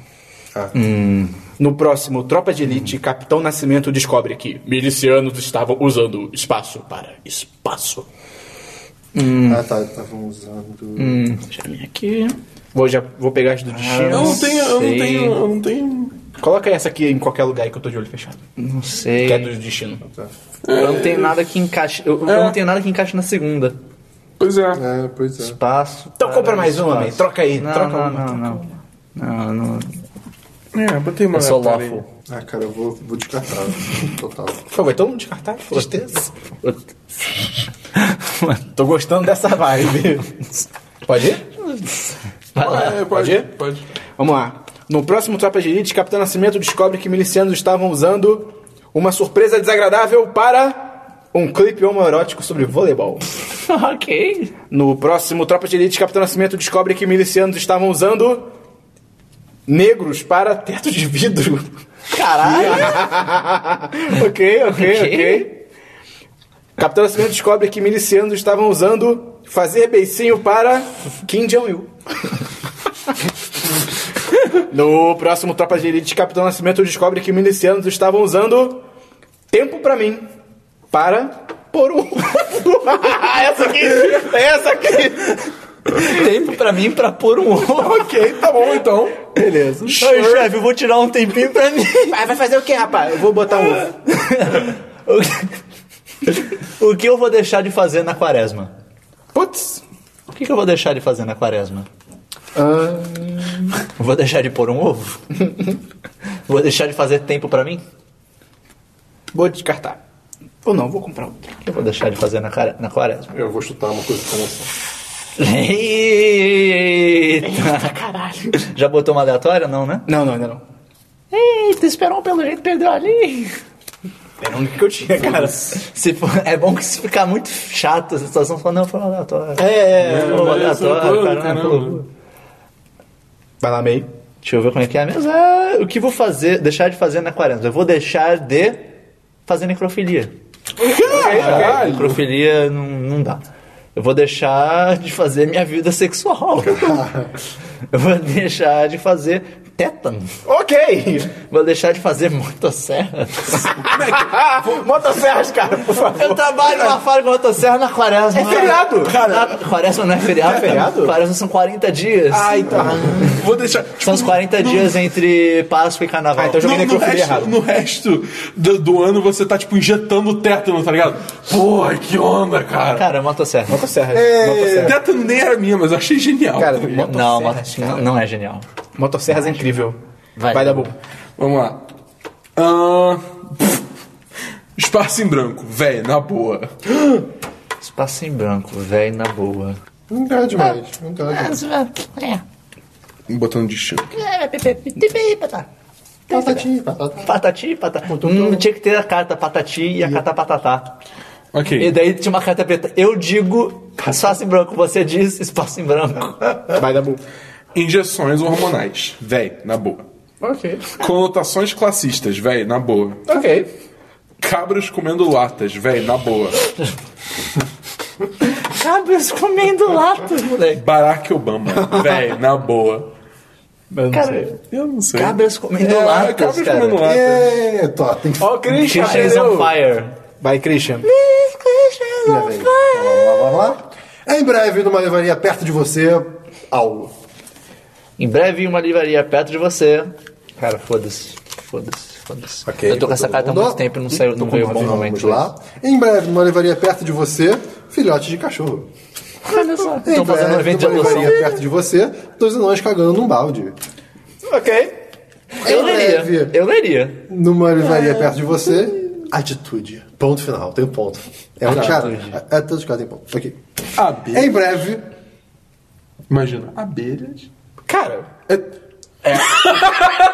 C: Hum. No próximo Tropa de Elite, Capitão Nascimento descobre que milicianos estavam usando espaço para espaço.
B: Hum.
D: Ah, tá. Estavam usando.
C: Deixa eu vir aqui. Vou, já, vou pegar as do destino.
B: Eu não tenho, eu não
A: Sei.
B: tenho, eu não tenho.
C: Coloca essa aqui em qualquer lugar aí que eu tô de olho fechado.
A: Não sei.
C: Que é do destino.
A: Eu não tenho nada que encaixe. Eu, eu
B: É.
A: não tenho nada que encaixe na segunda.
B: Pois é.
D: É, pois é.
A: Espaço.
C: Então
A: para
C: compra mais uma,
A: espaço.
C: man. Troca aí.
A: Não,
C: troca
A: não,
C: uma.
A: não, não. Não, não.
B: É, botei uma
A: Eu sou
B: aleatória
A: lawful.
D: Ah, cara, eu vou, vou descartar. Total.
C: Pô, vai todo mundo descartar? Tristeza.
A: Mano,
C: Tô gostando dessa vibe. Pode ir?
A: vai lá.
B: aí. É,
C: Pode
B: pode,
C: ir?
B: pode.
C: Vamos lá. No próximo Tropa de Elite, Capitão Nascimento descobre que milicianos estavam usando uma surpresa desagradável para um clipe homoerótico sobre voleibol.
A: ok.
C: No próximo Tropa de Elite, Capitão Nascimento descobre que milicianos estavam usando negros para teto de vidro.
A: Caralho.
C: ok, ok,
A: Ok.
C: ok. Capitão Nascimento descobre que milicianos estavam usando fazer beicinho para Kim Jong-il. No próximo Tropa de Elite, Capitão Nascimento descobre que milicianos estavam usando tempo pra mim para por um. essa aqui! Essa aqui!
A: Tempo pra mim pra pôr um ovo.
C: ok, tá bom então. Beleza.
A: Ai, chefe, eu vou tirar um tempinho pra mim.
C: Vai fazer o que, rapaz? Eu vou botar um ovo.
A: O que eu vou deixar de fazer na quaresma?
C: Putz.
A: O que, que eu vou deixar de fazer na quaresma? Eu Vou deixar de pôr um ovo? vou deixar de fazer tempo pra mim?
C: Vou descartar. Ou não, vou comprar outro.
A: O que eu vou deixar de fazer na, quare- na quaresma?
D: Eu vou chutar uma coisa com emoção.
A: Eita!
C: Caralho.
A: Já botou uma aleatória? Não, né?
C: Não, não, ainda não.
A: Eita, esperou pelo jeito perdeu ali.
C: Era o único que eu tinha, cara.
A: Se for, é bom que se ficar muito chato a situação, fala, não, foi uma aleatória.
C: É.
A: Foi uma
B: é, foi
A: aleatória,
B: uma
A: caramba.
B: caramba.
A: foi loucura.
C: Vai lá, meio.
A: Deixa eu ver como é que é mesmo. Ah, o que vou fazer, deixar de fazer na quaresma? Eu vou deixar de fazer necrofilia.
B: Caralho.
A: Necrofilia não, não dá. Eu vou deixar de fazer minha vida sexual. eu vou deixar de fazer tétano.
C: Ok!
A: Vou deixar de fazer motosserra.
C: Motosserras, cara, por favor.
A: Eu trabalho numa fábrica de motosserra na quaresma.
C: É feriado.
A: Na quaresma não é feriado.
C: É feriado?
A: Quaresma são 40 dias.
C: Ah, então.
B: Vou deixar. Tipo,
A: são os 40 dias entre Páscoa e Carnaval.
C: Ah, então já-
B: No,
C: Joguei
B: no
C: necrofilia errado.
B: resto, no resto do, do ano você tá, tipo, injetando tétano, tá ligado? Porra, que onda, cara.
A: Cara, motosserra.
C: Motosserras.
B: É,
C: Motosserras.
B: tétano nem era minha, mas eu achei genial.
C: Cara,
B: tá ligado?
A: Não,
C: Motosserras,
A: moto- não, não é genial.
C: Motosserras é incrível.
A: Vai.
C: Vai dar bom.
B: Vamos lá. Ahn, pff, espaço em branco, véi, na boa.
A: Espaço em branco, velho, na boa.
D: Não dá demais. Não dá demais.
B: Botando destino.
A: É, tá.
B: É, tá
D: Batatinha, batata.
A: Patati, patati. Hum, tinha que ter a carta patati e a carta patatá. E
B: Ok.
A: daí tinha uma carta preta. Eu digo espaço em branco, você diz espaço em branco.
C: Vai dar bom.
B: Injeções hormonais, véi, na boa.
C: Ok.
B: Conotações classistas, véi, na boa.
C: Ok.
B: Cabras comendo latas, véi, na boa.
A: Cabras comendo latas, moleque.
B: Barack Obama, véi, na boa.
C: Eu não
A: Cara,
B: Eu não sei.
A: cabras comendo
B: É,
A: latas,
B: cabras
A: cara.
B: comendo latas.
D: É, tá. Tem que.
C: Ó, o Christian
A: Christian is on
C: aprendeu.
A: fire.
C: Vai, Christian.
D: Vamos lá, vamos lá. Em breve, numa livraria perto de você, algo.
A: Em breve, em uma livraria perto de você. Cara, foda-se. Foda-se, foda-se.
D: Ok,
A: eu tô com essa
D: todo
A: carta há
D: mundo.
A: muito tempo e não saiu, não
D: Então,
A: veio um bom
D: vamos
A: momento.
D: lá. Em breve, numa livraria perto de você, filhote de cachorro.
A: Olha só.
D: Em
A: Estão fazendo um
D: breve,
A: evento de
D: numa
A: adoção.
D: livraria perto de você, dois anões cagando num balde.
C: Ok.
A: Eu
D: Em
A: leria.
D: breve,
A: Eu leria.
D: numa livraria perto de você, atitude. Ponto final, tem um ponto. É
A: Ah,
D: um cara. É, é todos os caras têm ponto. Ok.
B: Abelha.
D: Em breve,
B: Imagina, abelhas.
C: Cara,
B: É.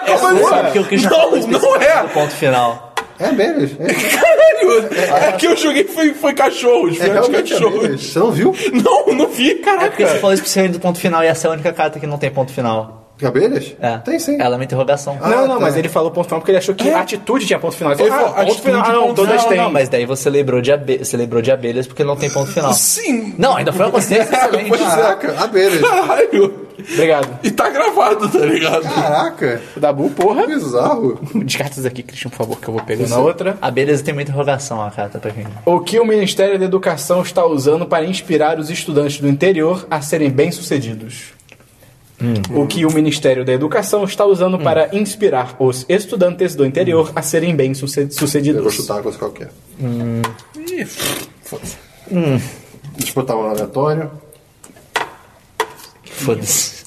B: É.
A: Sabe o que eu quis
B: não, não é.
A: Ponto final.
D: é abelhas. É,
B: Caralho. É que eu joguei foi, foi cachorros.
D: é
B: Foi de
D: realmente abelhas.
B: cachorros.
D: Você não viu?
B: Não, não vi,
A: É porque você
B: caraca.
A: falou especialmente do ponto final e essa é a única carta que não tem ponto final.
D: Abelhas?
A: É.
D: Tem sim.
A: Ela é uma interrogação.
D: Ah,
C: não, não,
D: tá.
C: mas ele falou ponto final porque ele achou que a atitude tinha ponto final. É. Ele
B: Ele
C: falou, ah,
B: falou,
C: ponto final, ah,
B: atitude,
C: não,
B: ponto
C: todas
B: final,
C: têm.
A: Não, mas daí você lembrou de, abe você lembrou de abelhas porque não tem ponto final.
B: Sim.
A: Não, ainda foi uma consciência excelente.
D: é, Caraca, abelhas.
B: Caralho.
C: Obrigado.
B: E tá gravado, tá ligado?
D: Caraca,
C: O Dabu, porra.
D: bizarro.
C: Descarta isso aqui, Christian, por favor, que eu vou pegar na outra.
A: Abelhas tem uma interrogação a carta pra quem.
C: O que o Ministério da Educação está usando para inspirar os estudantes do interior a serem bem-sucedidos? O que o Ministério da Educação está usando para inspirar os estudantes do interior a serem
D: Eu vou
C: bem-sucedidos?
D: chutar uma coisa qualquer. Hum.
B: Ih, foda-se.
D: Deixa eu botar um aleatório.
A: Foda-se.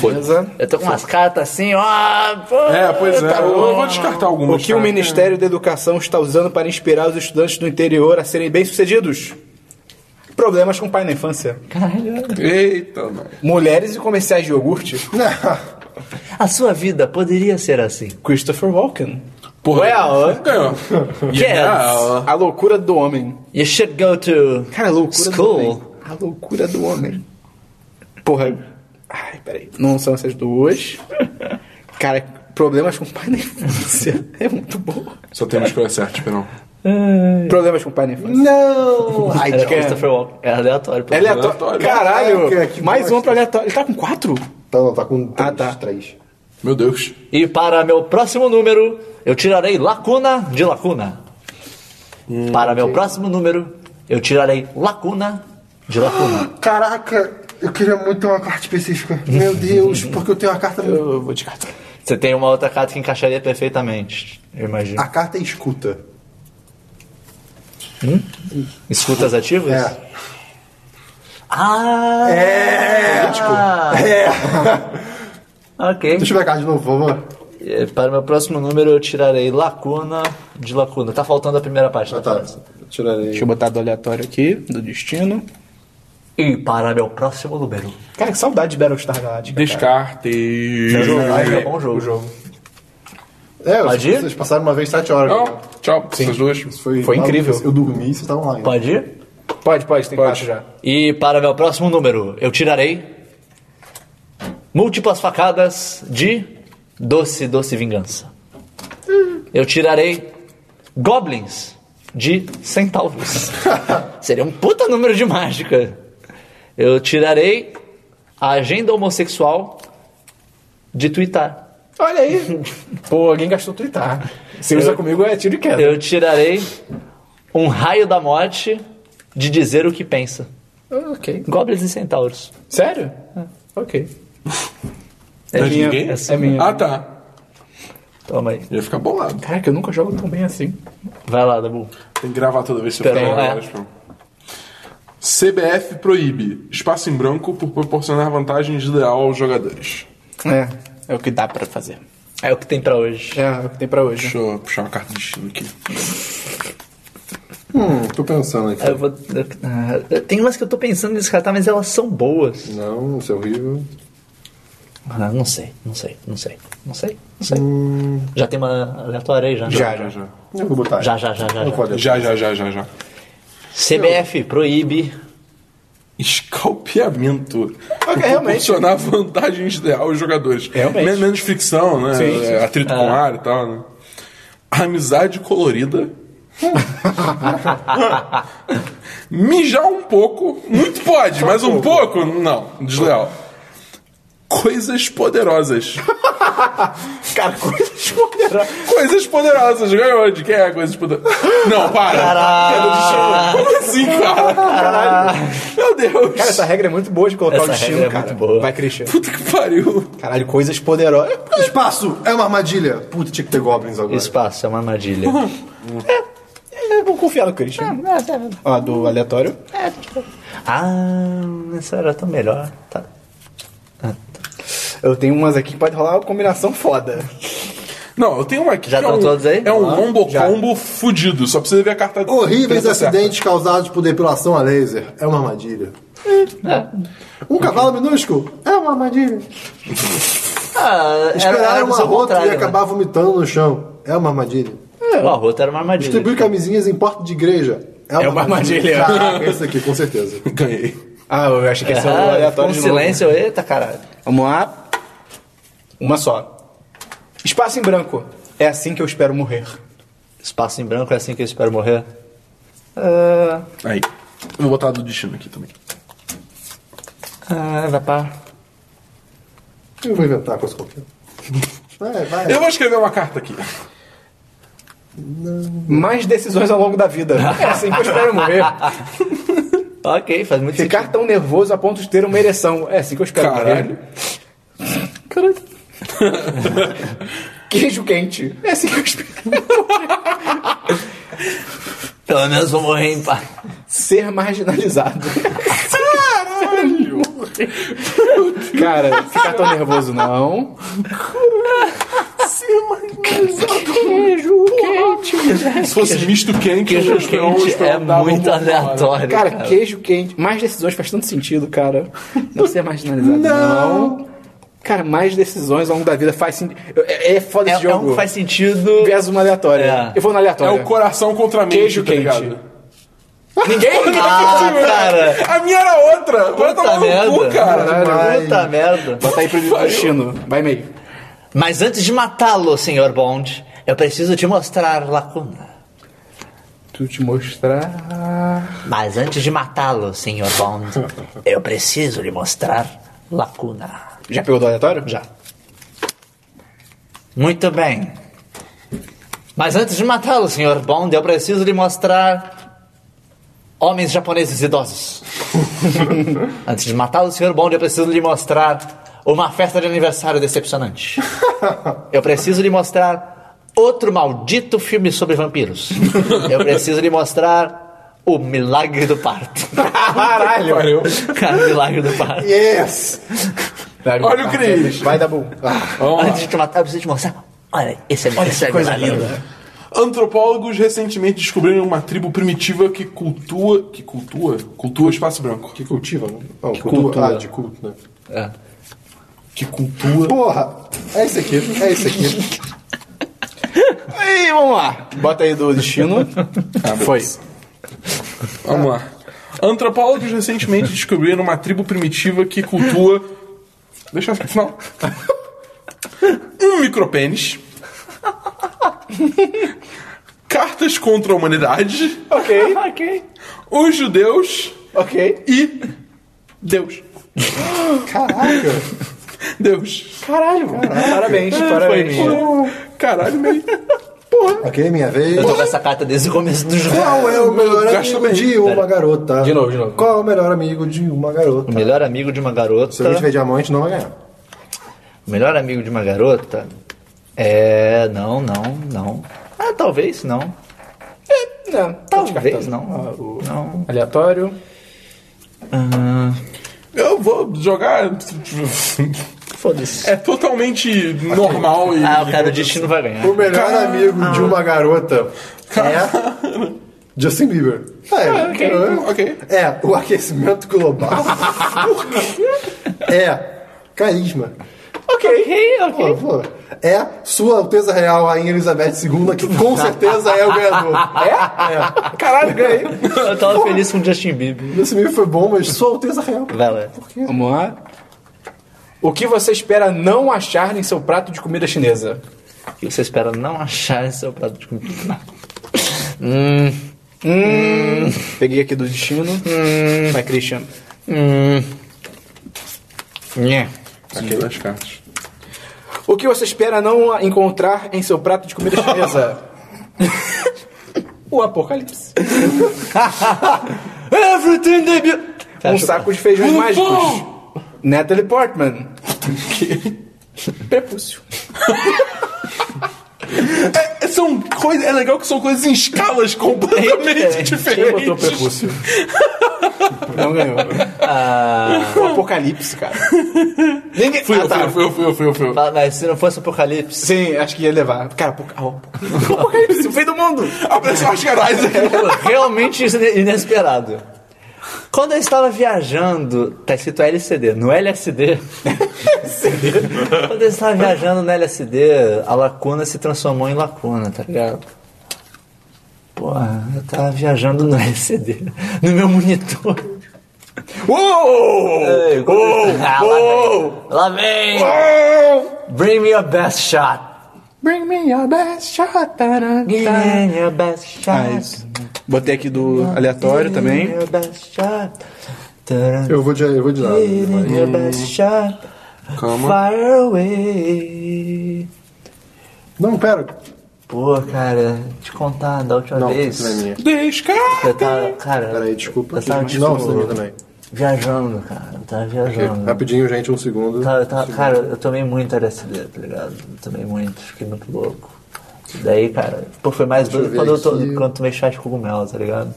C: Beleza?
A: Eu tô com umas cartas assim, ó. pô.
B: É, pois é.
C: Tá
B: eu
C: bom.
B: vou descartar algumas.
C: O que o
B: tá?
C: Ministério da Educação está usando para inspirar os estudantes do interior a serem bem-sucedidos? Problemas com o pai na infância.
B: Eita, não.
C: Mulheres e comerciais de iogurte?
A: A sua vida poderia ser assim.
C: Christopher Walken.
B: Porra. Ah.
C: Well,
B: ganhou.
A: Yes.
C: A loucura do homem.
A: You should go to.
C: Cara, a loucura do
A: School.
C: homem. A loucura do homem. Porra. Ai, peraí. Não são essas duas. Cara, problemas com o pai na infância. É muito bom.
B: Só tem uma escolha certa, tipo, não.
C: Problemas com o pai na infância.
D: Não! Ai,
A: Era
C: que é-
A: Christopher Walken. Era aleatório. pô.
C: É aleatório.
B: Aleatório.
C: Caralho!
D: Caraca, que
C: mais
D: bosta.
C: um pra aleatório. Ele tá com quatro?
D: Tá, não, tá com três.
C: Ah, tá.
D: três.
B: Meu Deus.
A: E para meu próximo número, eu tirarei lacuna de lacuna. para meu próximo número, eu tirarei lacuna de lacuna.
D: Caraca, eu queria muito ter uma carta específica. Meu Deus, porque eu tenho uma carta.
C: Eu vou descartar.
A: Você tem uma outra carta que encaixaria perfeitamente, eu imagino.
D: A carta é escuta.
A: Escutas ativas?
D: É.
A: Ah! É! Ok.
D: Deixa eu ver a carta de novo, vamos lá.
A: É, Para o meu próximo número, eu tirarei lacuna de lacuna. Tá faltando a primeira página.
D: Ah, tá.
A: parece.
D: Tirarei.
C: Deixa eu botar do aleatório aqui, do destino.
A: E para meu próximo número.
C: Cara, que saudade de Battlestar Galactica. cara.
B: Descarte.
A: É bom jogo.
D: É,
A: Pode ir?
D: vocês passaram uma vez sete horas.
B: Não, tchau. Essas duas.
D: Isso Foi,
C: Foi incrível.
D: Eu dormi e vocês estavam lá. ainda.
A: Pode ir?
C: Pode, pode, tem quatro já.
A: E para meu próximo número, eu tirarei múltiplas facadas de doce, doce vingança. Eu tirarei goblins de centauros. Seria um puta número de mágica. Eu tirarei a agenda homossexual de twittar.
C: Olha aí. Tá. Pô, alguém gastou twittar. Se usa comigo é tiro e queda.
A: Eu tirarei um raio da morte de dizer o que pensa.
C: Ah, Ok.
A: Goblins e centauros.
C: Sério? Ok. É
B: Mas
C: minha.
B: ninguém?
C: É minha.
B: Ah, tá.
A: Toma aí.
B: Ia ficar bolado.
C: Caraca, eu nunca jogo tão bem assim.
A: Vai lá, Dabu.
B: Tem que gravar toda vez que você
A: Tem,
B: for
A: é.
B: gravar, tipo. CBF proíbe espaço em branco por proporcionar vantagens ideal aos jogadores.
C: É, é o que dá pra fazer.
A: É o que tem pra hoje.
C: É, é o que tem pra hoje.
B: Deixa eu puxar uma carta de destino aqui.
D: Hum, tô pensando aqui.
A: Eu vou- eu- ah, tem umas que eu tô pensando em descartar, mas elas são boas.
D: Não, isso é horrível.
A: Ah, não sei, não sei, não sei, não sei, não sei. Já tem uma aleatória aí já. né?
B: Já,
C: Já, já.
B: já.
D: Eu vou botar.
A: Já, já, já, já,
D: Não
A: já.
D: pode.
B: Já, já, já, já, já.
A: CBF proíbe.
B: Escalpeamento. Por
C: realmente.
B: Proporcionar vantagens ideal aos jogadores.
C: Realmente.
B: Men- Menos fricção, né?
C: Sim, sim.
B: Atrito com ar e tal, né? Amizade colorida. Mijar um pouco. Muito pode, mas um pouco? Não, desleal. Coisas poderosas.
C: Cara, coisas modernas.
B: Coisas poderosas. Ganhou de quem é coisas poderosas? Não, para. Queda de chão. Como assim, cara? Caralho. Meu Deus.
C: Cara, essa regra é muito boa de colocar
A: Essa
C: o destino,
A: regra é
C: cara.
A: muito boa.
C: Vai, Christian.
B: Puta que pariu.
C: Caralho, coisas poderosas.
D: Espaço é uma armadilha. Puta, tinha que ter goblins agora.
A: Espaço, é uma armadilha.
C: É, vamos confiar no Christian. Ó, do aleatório.
A: É, Ah, essa era tão melhor. Tá.
C: Eu tenho umas aqui que pode rolar uma combinação foda.
B: Não, eu tenho uma aqui
A: Já
B: que é
A: estão
B: um,
A: todos aí?
B: É um
A: Ah,
B: lombo
C: já.
B: combo fudido. Só precisa ver a carta.
D: Horríveis
A: Tá
B: carta certa.
D: acidentes causados por depilação a laser. É uma armadilha.
A: É.
D: Um cavalo minúsculo é uma armadilha.
A: Ah,
D: Esperar um
A: do seu
D: arroto e
A: contrário,
D: acabar vomitando no chão é uma armadilha.
A: Né? O arroto era uma armadilha.
D: Distribuir camisinhas em porta de igreja é uma,
C: É uma armadilha.
D: Caraca, esse aqui, com certeza.
B: Ganhei.
C: Ah, eu achei que ia ser um
A: Ah, ficou
C: aleatório
A: um
C: de novo.
A: silêncio, eita caralho.
C: Vamos lá. Uma só. Espaço em branco. É assim que eu espero morrer.
A: Espaço em branco é assim que eu espero morrer. Ah,
B: Aí. Eu Vou botar a do destino aqui também.
A: ah, vai pra...
D: Eu vou inventar coisa qualquer. Vai, vai.
B: Eu vou escrever uma carta aqui.
C: Mais decisões ao longo da vida. É assim que eu espero morrer.
A: Ok, faz muito sentido.
C: Ficar tão nervoso a ponto de ter uma ereção. É assim que eu espero
B: Caralho.
C: morrer. Caralho. Queijo quente. É assim que eu espero.
A: Pelo menos vou morrer em paz.
C: Ser marginalizado. Caralho. Cara, ficar tão nervoso não. Queijo quente.
B: Se fosse misto quente,
A: Queijo
B: eu um esperava- eu
A: quente é
B: esperava dar
A: muito
B: uma-
A: aleatório.
C: Cara,
A: Cara,
C: queijo quente. Mais decisões faz tanto sentido, cara. Não ser marginalizado.
D: Não.
C: Cara, mais decisões ao longo da vida faz sentido. É, é foda
A: é,
C: esse
A: é um
C: jogo.
A: que faz sentido.
C: Versus uma aleatória.
A: É.
C: Eu vou na
B: É
C: aleatória.
B: o coração contra a mente,
C: Queijo
B: tá
C: quente.
B: ligado?
A: Ninguém
B: Sim,
A: ah,
B: mano.
A: cara.
B: A minha era outra. Vai tomar
A: merda.
B: no cu, cara.
D: Vai.
A: Puta merda.
C: Bota Tá aí pro destino. Vai, meio.
A: Mas antes de matá-lo, Sr. Bond, eu preciso te mostrar lacuna.
C: Tu te mostrar.
A: Mas antes de matá-lo, Sr. Bond, eu preciso lhe mostrar lacuna.
C: Já pegou do aleatório? Já.
A: Muito bem. Mas antes de matá-lo, Sr. Bond, eu preciso lhe mostrar homens japoneses idosos. antes de matá-lo, Sr. Bond, eu preciso lhe mostrar uma festa de aniversário decepcionante. Eu preciso lhe mostrar outro maldito filme sobre vampiros. Eu preciso lhe mostrar o milagre do parto.
C: Caralho.
B: Valeu.
A: Cara, o milagre do parto.
D: Yes!
B: Olha o Cris.
C: Vai, Dabu.
D: Ah.
B: Vamos lá.
A: Antes de te matar, eu preciso te mostrar. Olha, esse é, esse é
C: coisa
A: milagre.
C: linda.
B: Antropólogos recentemente descobriram uma tribo primitiva que cultua. Que cultua? Cultua espaço branco.
D: Que cultiva, né? Não, que
A: cultura.
D: Ah, de culto, né?
A: É.
B: Que cultua.
D: Porra! É esse aqui, é esse aqui.
C: Aí, vamos lá. Bota aí do destino. Foi.
B: Vamos lá. Antropólogos recentemente descobriram uma tribo primitiva que cultua. Deixa eu pro final. Um micropênis. Cartas contra a humanidade.
C: Ok,
A: Ok.
B: Os judeus
C: ok.
B: e. Deus.
D: Caraca!
B: Deus.
C: Caralho. Parabéns, parabéns.
B: Caralho, meio.
D: ok, minha vez.
A: Eu tô com essa carta desde o começo do jogo.
D: Qual é o melhor
B: Gasta
D: amigo
B: bem.
D: de uma garota?
C: De novo, de novo.
D: Qual é o melhor amigo de uma garota?
A: O melhor amigo de uma
D: Se alguém tiver
A: garota.
D: diamante, não vai ganhar.
A: O melhor amigo de uma garota é. Não, não, não. Ah, talvez não.
B: É, tá
C: Não,
A: Talvez
C: descartado.
B: Ah,
A: não. Não.
C: Aleatório.
A: Ah,
B: Eu vou jogar.
A: Foda-se.
B: É totalmente normal e.
A: Ah, o cara, o destino vai ganhar.
D: O melhor amigo de uma garota é. Justin Bieber.
A: Ah,
D: É,
B: ok. Ok.
D: é o aquecimento global. é carisma.
A: Ok,
D: Pô, pô. É Sua Alteza Real, Rainha Elizabeth II, que com certeza é o ganhador. É? É.
C: Caralho, ganhei.
A: Eu tava feliz com o Justin Bieber.
D: Esse meio foi bom, mas Sua Alteza Real.
A: Vai lá.
C: Vamos lá. O que você espera não achar em seu prato de comida chinesa?
A: O que você espera não achar em seu prato de comida? Hum.
C: Peguei aqui do destino. Vai, Christian.
A: Hum. Nhé.
B: Aquelas cartas.
C: O que você espera não encontrar em seu prato de comida chinesa? o apocalipse.
A: Everything they build.
C: um saco de feijões mágicos. Natalie Portman. Prepúcio.
B: É, são coisa, é legal que são coisas em escalas completamente
C: É, Quem botou
B: diferentes.
C: prepúcio? Não ganhou. O apocalipse, cara. Ninguém...
B: Fui
C: ah,
B: eu,
C: tá.
B: fui eu, fui eu, fui eu, fui eu.
A: Fala, Mas se não fosse Apocalipse,
C: Sim, acho que ia levar. Cara, apoca- ah, o apoca- o apocalipse, o fim do mundo.
B: Apareceu o Oscar Isaac.
A: realmente isso é inesperado. Quando eu estava viajando, tá escrito LCD, no LSD. Quando eu estava viajando no LSD, a lacuna se transformou em lacuna, tá ligado? Porra, eu tava viajando no LCD, no meu monitor.
C: Uou!
A: Ei, quando eu-
C: Uou!
A: Ah,
C: Uou!
A: lá vem! Lá vem! Bring me your best shot!
C: Bring me your best shot. taran,
A: Bring
C: taran.
A: me your best shot!
C: Ah, isso. Botei aqui do aleatório também.
A: Your best shot. Taran,
D: Eu vou de, eu vou de lado. né,
A: taran, Your best shot.
B: Calma.
A: Fire away.
D: Não, pera.
A: Pô, cara, te contar da última
D: Não,
A: vez.
D: isso não é minha.
A: Eu
B: Descarga.
A: tava, tá, cara.
D: Peraí, desculpa.
A: Eu tava, tipo,
D: Não, isso é minha também.
A: viajando, cara. Eu tava viajando.
D: Rapidinho, gente, um segundo.
A: Eu tava- eu tava- cara, eu tomei muito LSD, tá ligado? Eu tomei muito, fiquei muito louco. Daí, cara, pô, foi mais doido
D: eu
A: quando eu,
D: ver
A: to,
D: aqui.
A: quando eu tomei chá de cogumelo, tá ligado?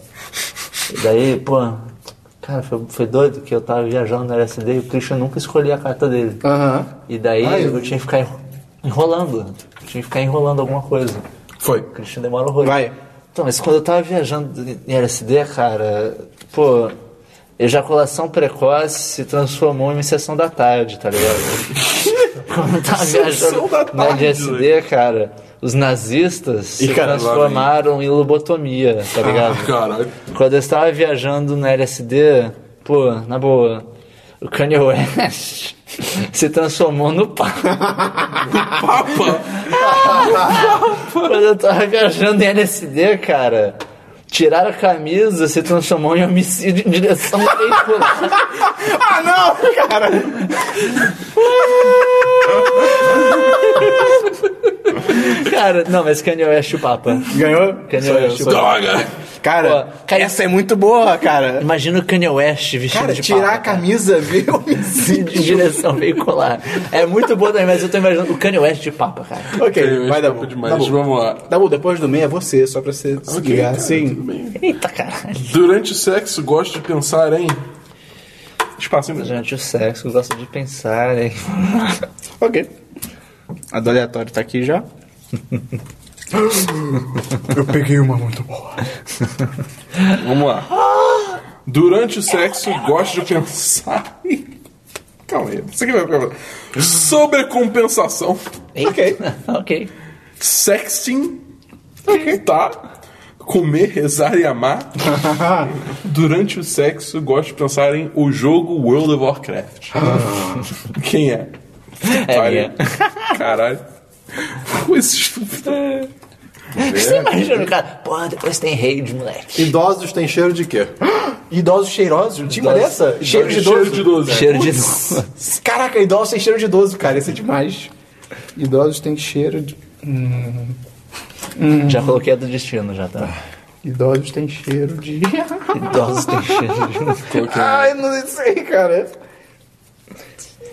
A: E daí, pô, cara, foi, foi doido que eu tava viajando no LSD e o Christian nunca escolhia a carta dele.
C: Aham.
A: E daí
D: Ah, eu
A: eu,
D: vi.
A: tinha que ficar enro- enrolando. Eu tinha que ficar enrolando alguma coisa.
B: Foi.
A: O Christian demora horror.
C: Vai.
A: Então, mas quando eu tava viajando em LSD, cara, pô, ejaculação precoce se transformou em sessão da tarde, tá ligado? quando eu tava viajando
B: da
A: na
B: tarde,
A: LSD, cara, os nazistas se
B: cara, lá vem.
A: transformaram em lobotomia, tá ligado?
B: Caralho.
A: Quando eu estava viajando na LSD, pô, na boa, o Kanye West se transformou no Papa.
B: Papa.
A: Quando eu estava viajando em LSD, cara, tiraram a camisa se transformou em homicídio em direção veicular.
C: Ah, não, cara!
A: Cara, não, mas Kanye West o Papa.
C: Ganhou?
A: Kanye
C: Sou eu,
A: West.
C: sou eu.
B: Droga.
C: Cara,
A: Pô, cara,
C: essa é muito boa, cara.
A: Imagina o Kanye West vestido
C: Cara,
A: de
C: tirar a
A: Papa.
C: camisa, ver o homicídio.
A: Em direção veicular. É muito bom também, mas eu tô imaginando o Kanye West de Papa, cara.
C: Ok,
B: Kanye
C: vai
B: West
C: dar
B: Papa
C: bom.
B: é demais, vamos lá.
C: Dá bom, depois do meio é você, só pra você se
B: Ok,
C: ligar.
B: cara,
C: Sim.
B: tudo bem.
A: Eita, caralho.
B: Durante o sexo, gosto de pensar em... Espaço, hein? Bruno?
A: Durante o sexo, eu gosto de pensar, hein?
C: Ok. A do aleatório tá aqui já. Eu peguei uma muito boa.
B: Vamos lá. Durante o sexo, gosto de pensar em... Calma aí. Isso aqui vai ficar... Sobrecompensação.
C: Ok.
A: ok.
B: Sexting. Tá. Comer, rezar e amar. Durante o sexo, gosto de pensar em o jogo World of Warcraft. Quem é?
A: Ah. É
B: Pariu.
A: minha.
B: Caralho. Com esse estúpido.
A: É. Você imagina, cara? Pô, depois tem raid, moleque.
D: Idosos têm cheiro de quê?
C: Idosos cheirosos? Não tinha uma
A: Idosos.
C: dessa? Cheiro de
B: Cheiro
C: idoso.
B: de idoso.
A: Cheiro de novo.
C: Caraca, idosos sem cheiro de idoso, cara. Isso é demais. Idosos têm cheiro de...
A: Já coloquei a do destino, já tá.
C: Ah, Idosos têm cheiro de...
A: Idosos têm cheiro de
C: Ai, não sei, cara.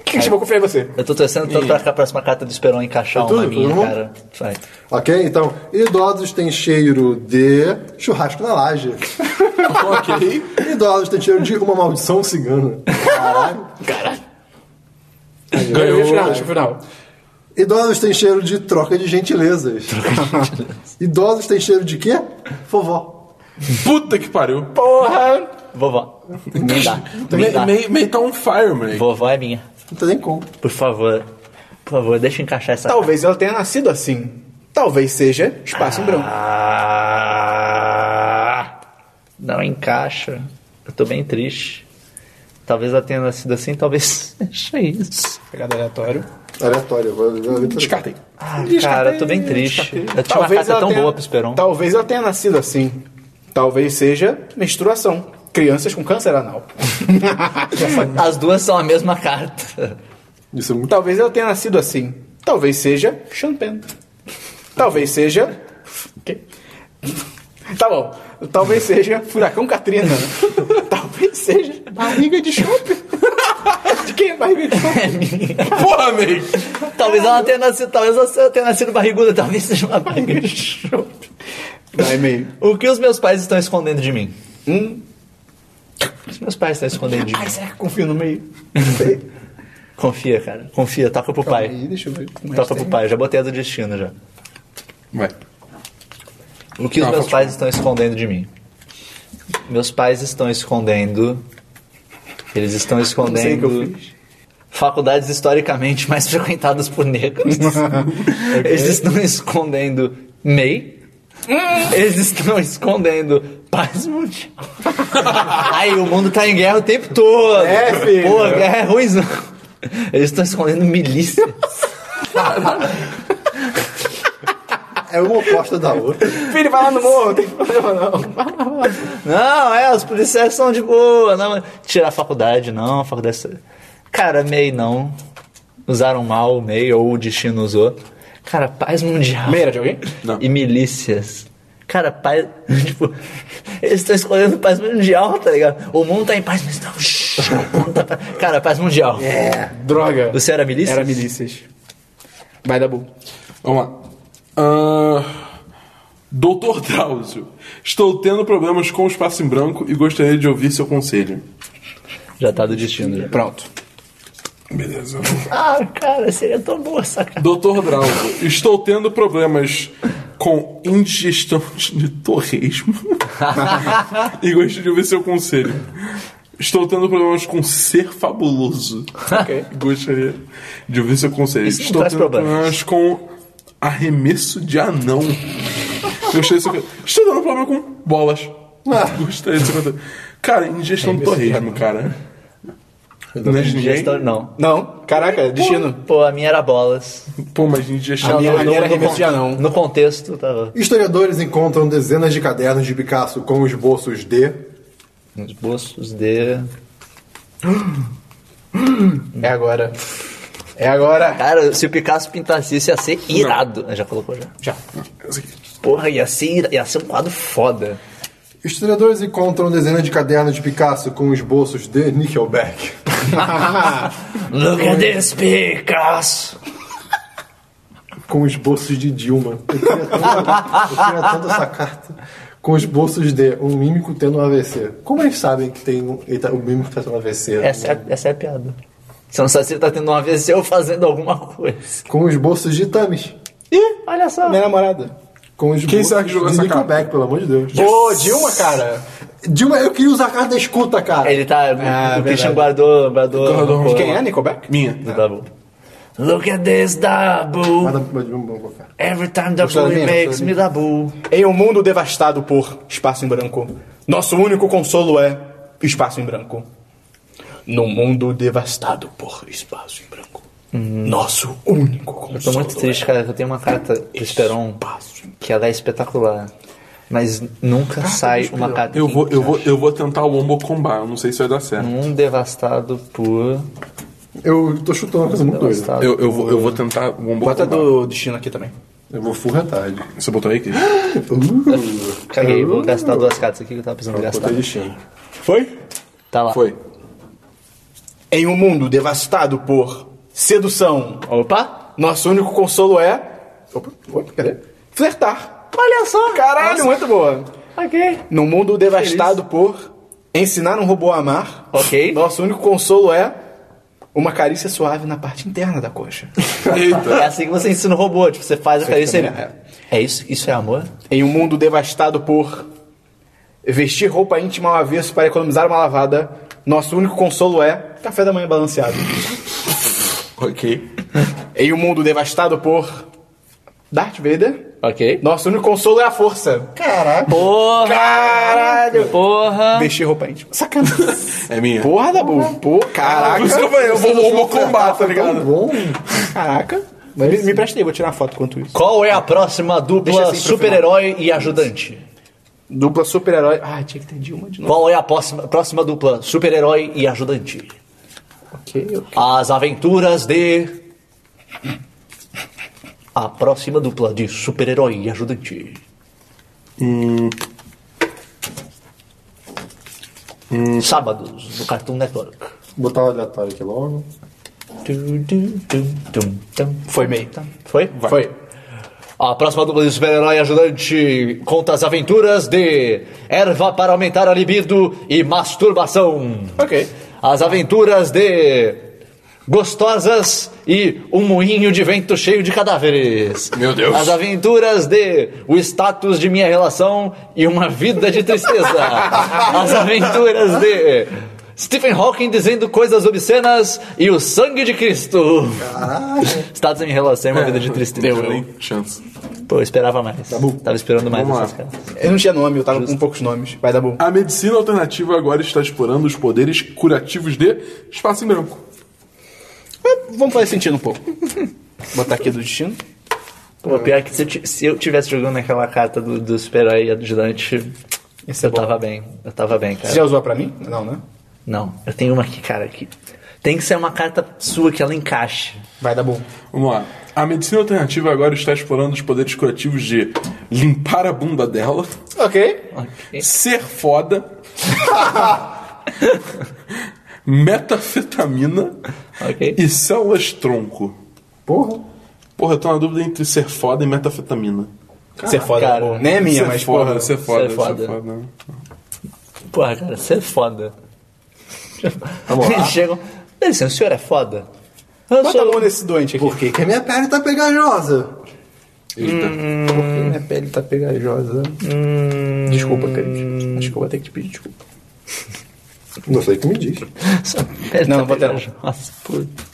C: Christian, vou confiar em você.
A: Eu tô torcendo tanto pra cá, a próxima carta do Esperon encaixar
D: tudo,
A: uma minha,
D: tudo bom?
A: cara. Vai.
D: Ok, então, idosos têm cheiro de churrasco na laje.
B: Ok.
D: Idosos têm cheiro de uma maldição cigana.
B: Ganhou.
C: Deixa eu final, deixa eu final.
D: Idosos têm cheiro de troca de gentilezas. Idosos têm cheiro de quê? Vovó.
B: Puta que pariu.
C: Porra!
A: Vovó. Me dá. Me
B: Meio
A: dá.
B: me, me tá on fire, moleque.
A: Vovó é minha.
D: Não tem nem como.
A: Por favor. Por favor, deixa eu encaixar essa
C: Talvez ela tenha nascido assim. Talvez seja espaço em branco.
A: Ah, não encaixa. Eu tô bem triste. Talvez ela tenha nascido assim, talvez seja isso.
C: Pegada aleatório.
D: Aleatório. Vou, vou,
C: Descartei.
A: Ah, cara, eu tô bem triste. Eu tinha uma carta tão boa pro Esperon.
C: Talvez ela tenha nascido assim. Talvez seja menstruação. Crianças com câncer anal.
A: As duas são a mesma carta.
D: Isso é muito...
C: Talvez ela tenha nascido assim. Talvez seja champanhe. Talvez seja. Ok. Tá bom. Talvez seja furacão Katrina. Tal- talvez seja barriga de chope. de quem é barriga de chope?
B: Porra, meio.
A: Talvez ela tenha nascido, talvez ela tenha nascido barriguda, talvez seja uma barriga de chope.
C: Vai, meio.
A: O que os meus pais estão escondendo de mim? Os meus pais estão escondendo de mim.
C: Ai, será que eu confio no meio?
A: Confia, cara. Confia, toca pro
C: Calma
A: pai.
C: aí, deixa eu ver. como é que
A: Toca pro
C: tem.
A: pai, já botei a do destino já.
B: Vai.
A: O que os
B: Tá,
A: meus
B: pode
A: pais estão escondendo de mim? Meus pais estão escondendo. Eles estão
C: Não sei o que eu
A: escondendo
C: fiz.
A: faculdades historicamente mais frequentadas por negros. Eles estão escondendo MEI.
B: Hum.
A: Eles estão escondendo paz mundial. Ai, o mundo tá em guerra o tempo todo.
C: É, filho.
A: Pô, a guerra é ruimzão. Eles estão escondendo milícias.
D: É uma oposta da outra.
C: Filho, vai lá no morro, não tem problema não. Vai lá, vai lá.
A: Não, é, os policiais são de boa. Não, tirar a faculdade, não, a faculdade. é Cara, MEI não. Usaram mal o MEI ou o destino usou. Cara, paz mundial.
C: Meira de alguém?
B: Não.
A: E milícias. Cara, paz. Tipo, eles estão escolhendo paz mundial, tá ligado? O mundo tá em paz, mas não. shh, o mundo tá pa- Cara, paz mundial.
C: É, Droga.
A: Você era milícia?
C: Era milícias. Vai, Dabu.
B: Vamos lá. Ahn, Ah, Doutor Drauzio, estou tendo problemas com o espaço em branco e gostaria de ouvir seu conselho.
A: Já tá do destino. já.
C: Pronto.
B: Beleza.
A: Ah, cara, seria tão boa essa cara.
B: Doutor Drauzio, estou tendo problemas com indigestão de torresmo e gostaria de ouvir seu conselho. Estou tendo problemas com ser fabuloso.
C: Ok.
B: Gostaria de ouvir seu conselho.
A: Isso não
B: Estou
A: traz
B: tendo
A: problemas.
B: problemas com arremesso de anão. Gostaria de seu... Estou tendo problema com bolas. Gostaria de seu conselho. Cara, ingestão de torresmo, cara. Não é de ninguém?
A: Gestão, não.
C: Não. Caraca, destino.
A: Pô, a minha era bolas.
B: Pô, mas ingestão...
C: minha-
A: não,
C: a
A: no-
C: era
A: no
C: arremesso
A: con-
C: de anão.
A: No contexto, tá. tava.
D: Historiadores encontram dezenas de cadernos de Picasso com esboços de.
A: Nos bolsos de.
C: É agora. É agora.
A: Cara, se o Picasso pintasse isso, ia ser irado. Já colocou já.
C: Já.
B: Essa aqui.
A: Porra, ia ser, ira- ia ser um quadro foda.
D: Historiadores encontram dezenas de cadernos de Picasso com esboços de Nickelback.
A: Look at this Picasso!
D: Com esboços de Dilma. Eu queria tanto, eu queria tanto essa carta. Com esboços de um mímico tendo um AVC. Como eles sabem que tem um, ele tá- o mímico tá tendo um AVC?
A: Essa é, essa é a piada. Você não sabe se ele tá tendo um AVC ou fazendo alguma coisa.
D: Com esboços de Tamis.
C: Ih,
A: Olha só.
C: minha namorada.
D: Com esboços
B: Quem será que jogou
D: de
B: essa
D: Nickelback, pelo amor de Deus.
C: Ô, Dilma, cara.
D: Dilma, eu queria usar a carta da escuta, cara.
A: Ele tá.
C: Ah,
A: o Christian
C: verdade.
A: guardou. guardou
B: Guardou.
A: pô,
C: De quem é, Nickelback?
B: Minha.
A: Do Dabu. Look at this Dabu!
D: Manda pra Dilma, vamos um colocar.
A: Every time
C: Gostou
A: Dabu
C: da minha?
A: makes
C: Gostou da
A: me Dabu.
C: Em um mundo devastado por espaço em branco, nosso único consolo é espaço em branco. Num mundo devastado por espaço em branco, nosso único consolo.
A: Hum. Eu tô muito triste, cara. que Eu tenho uma carta do Esperon que ela é espetacular. Mas nunca sai uma carta.
B: Eu
A: que
B: vou, eu, vou, eu vou tentar o Wombo Combar, eu não sei se vai dar certo.
A: Um devastado por.
D: Eu tô chutando uma coisa muito doida.
A: Devastado.
B: Eu, eu, vou, eu vou tentar o Wombo
C: Bota
B: Combar.
C: do destino aqui também.
D: Eu vou full retard.
B: Você botou aí, Cris?
D: Uh.
A: Caguei,
C: uh!
A: vou gastar duas cartas aqui que eu tava precisando gastar.
D: Botei de China.
C: Foi?
A: Tá lá.
B: Foi.
C: Em um mundo devastado por sedução,
A: Opa!
C: nosso único consolo é. Opa, opa, cadê? Flertar. Olha só! Caralho, muito boa!
A: Ok.
C: Num mundo devastado por ensinar um robô a amar,
A: Ok.
C: nosso único consolo é uma carícia suave na parte interna da coxa.
A: É
B: Eita.
A: assim que você ensina o robô, tipo, você faz a carícia.
C: também
A: ele- É isso? Isso é amor?
C: em um mundo devastado por vestir roupa íntima ao avesso para economizar uma lavada, nosso único consolo é café da manhã balanceado.
B: ok.
C: em um mundo devastado por Darth Vader,
A: Ok.
C: nosso único consolo é a força.
A: Porra!
C: Caralho!
A: Porra!
C: Vestir roupa íntima. Sacanagem.
B: É minha.
C: Porra da bu.
B: Por
C: Pô,
B: isso que eu
C: caraca.
B: falei, eu vou Wombo Combar, tá
D: Tá
B: ligado?
D: bom.
C: Caraca. Me, me presta aí, vou tirar uma foto quanto isso.
A: Qual é a próxima
C: Deixa assim
A: dupla
C: pro
A: super-herói e ajudante?
C: Dupla super-herói. Ah, tinha que ter Dilma de novo.
A: Qual é a próxima, próxima dupla super-herói e ajudante?
C: Ok, ok.
A: As aventuras de. A próxima dupla de super-herói e ajudante. Sábados, no Cartoon Network.
D: Botar o aleatório aqui logo.
A: Tum, tum, tum, tum, tum.
C: Foi meio.
A: Foi?
C: Foi.
A: A próxima dupla de super-herói ajudante conta as aventuras de erva para aumentar a libido e masturbação.
C: Ok.
A: As aventuras de gostosas e um moinho de vento cheio de cadáveres.
B: Meu Deus.
A: As aventuras de o status de minha relação e uma vida de tristeza. As aventuras de Stephen Hawking dizendo coisas obscenas e o sangue de Cristo. Status da minha relação e uma vida É de tristeza.
B: Deu, nem chance.
A: Pô, eu esperava mais. Tava esperando mais
B: Tá Vamos
A: essas
B: lá.
A: caras.
C: Eu não tinha nome, eu tava com poucos nomes. Vai dar bom.
B: A medicina alternativa agora está explorando os poderes curativos de espaço em branco.
C: Vamos fazer sentido um pouco. Botar aqui do destino.
A: Pô, pior que se eu, ti- se eu tivesse jogando naquela carta do, do super-herói ajudante,
C: Esse é
A: eu
C: bom.
A: tava bem. Eu tava bem, cara.
C: Você já usou pra mim? Não, né?
A: Não, eu tenho uma aqui, cara, que tem que ser uma carta sua que ela encaixe.
C: Vai dar bom.
B: Vamos lá. A medicina alternativa agora está explorando os poderes curativos de limpar a bunda dela,
C: Ok.
B: ser foda, metafetamina
A: Ok.
B: e células tronco.
D: Porra.
B: Porra, eu tô na dúvida entre ser foda e metafetamina.
C: Ser foda.
A: cara.
C: pô. Nem é minha,
B: ser
C: mas
B: foda,
C: porra.
B: ser foda,
A: ser foda.
B: ser foda.
A: Porra, cara, você é foda. Eles chegam. "Dá licença, o senhor é foda? Eu um-
C: Bota a mão nesse doente aqui.
D: Por que que a minha pele tá pegajosa?
B: Eita.
C: Porque minha pele tá pegajosa. Desculpa, Cris. Acho que eu vou ter que te pedir desculpa.
D: Não sei o que me diz.
A: Ele
C: Não,
A: tá
C: vou ter-
A: pegando- Nossa, puta.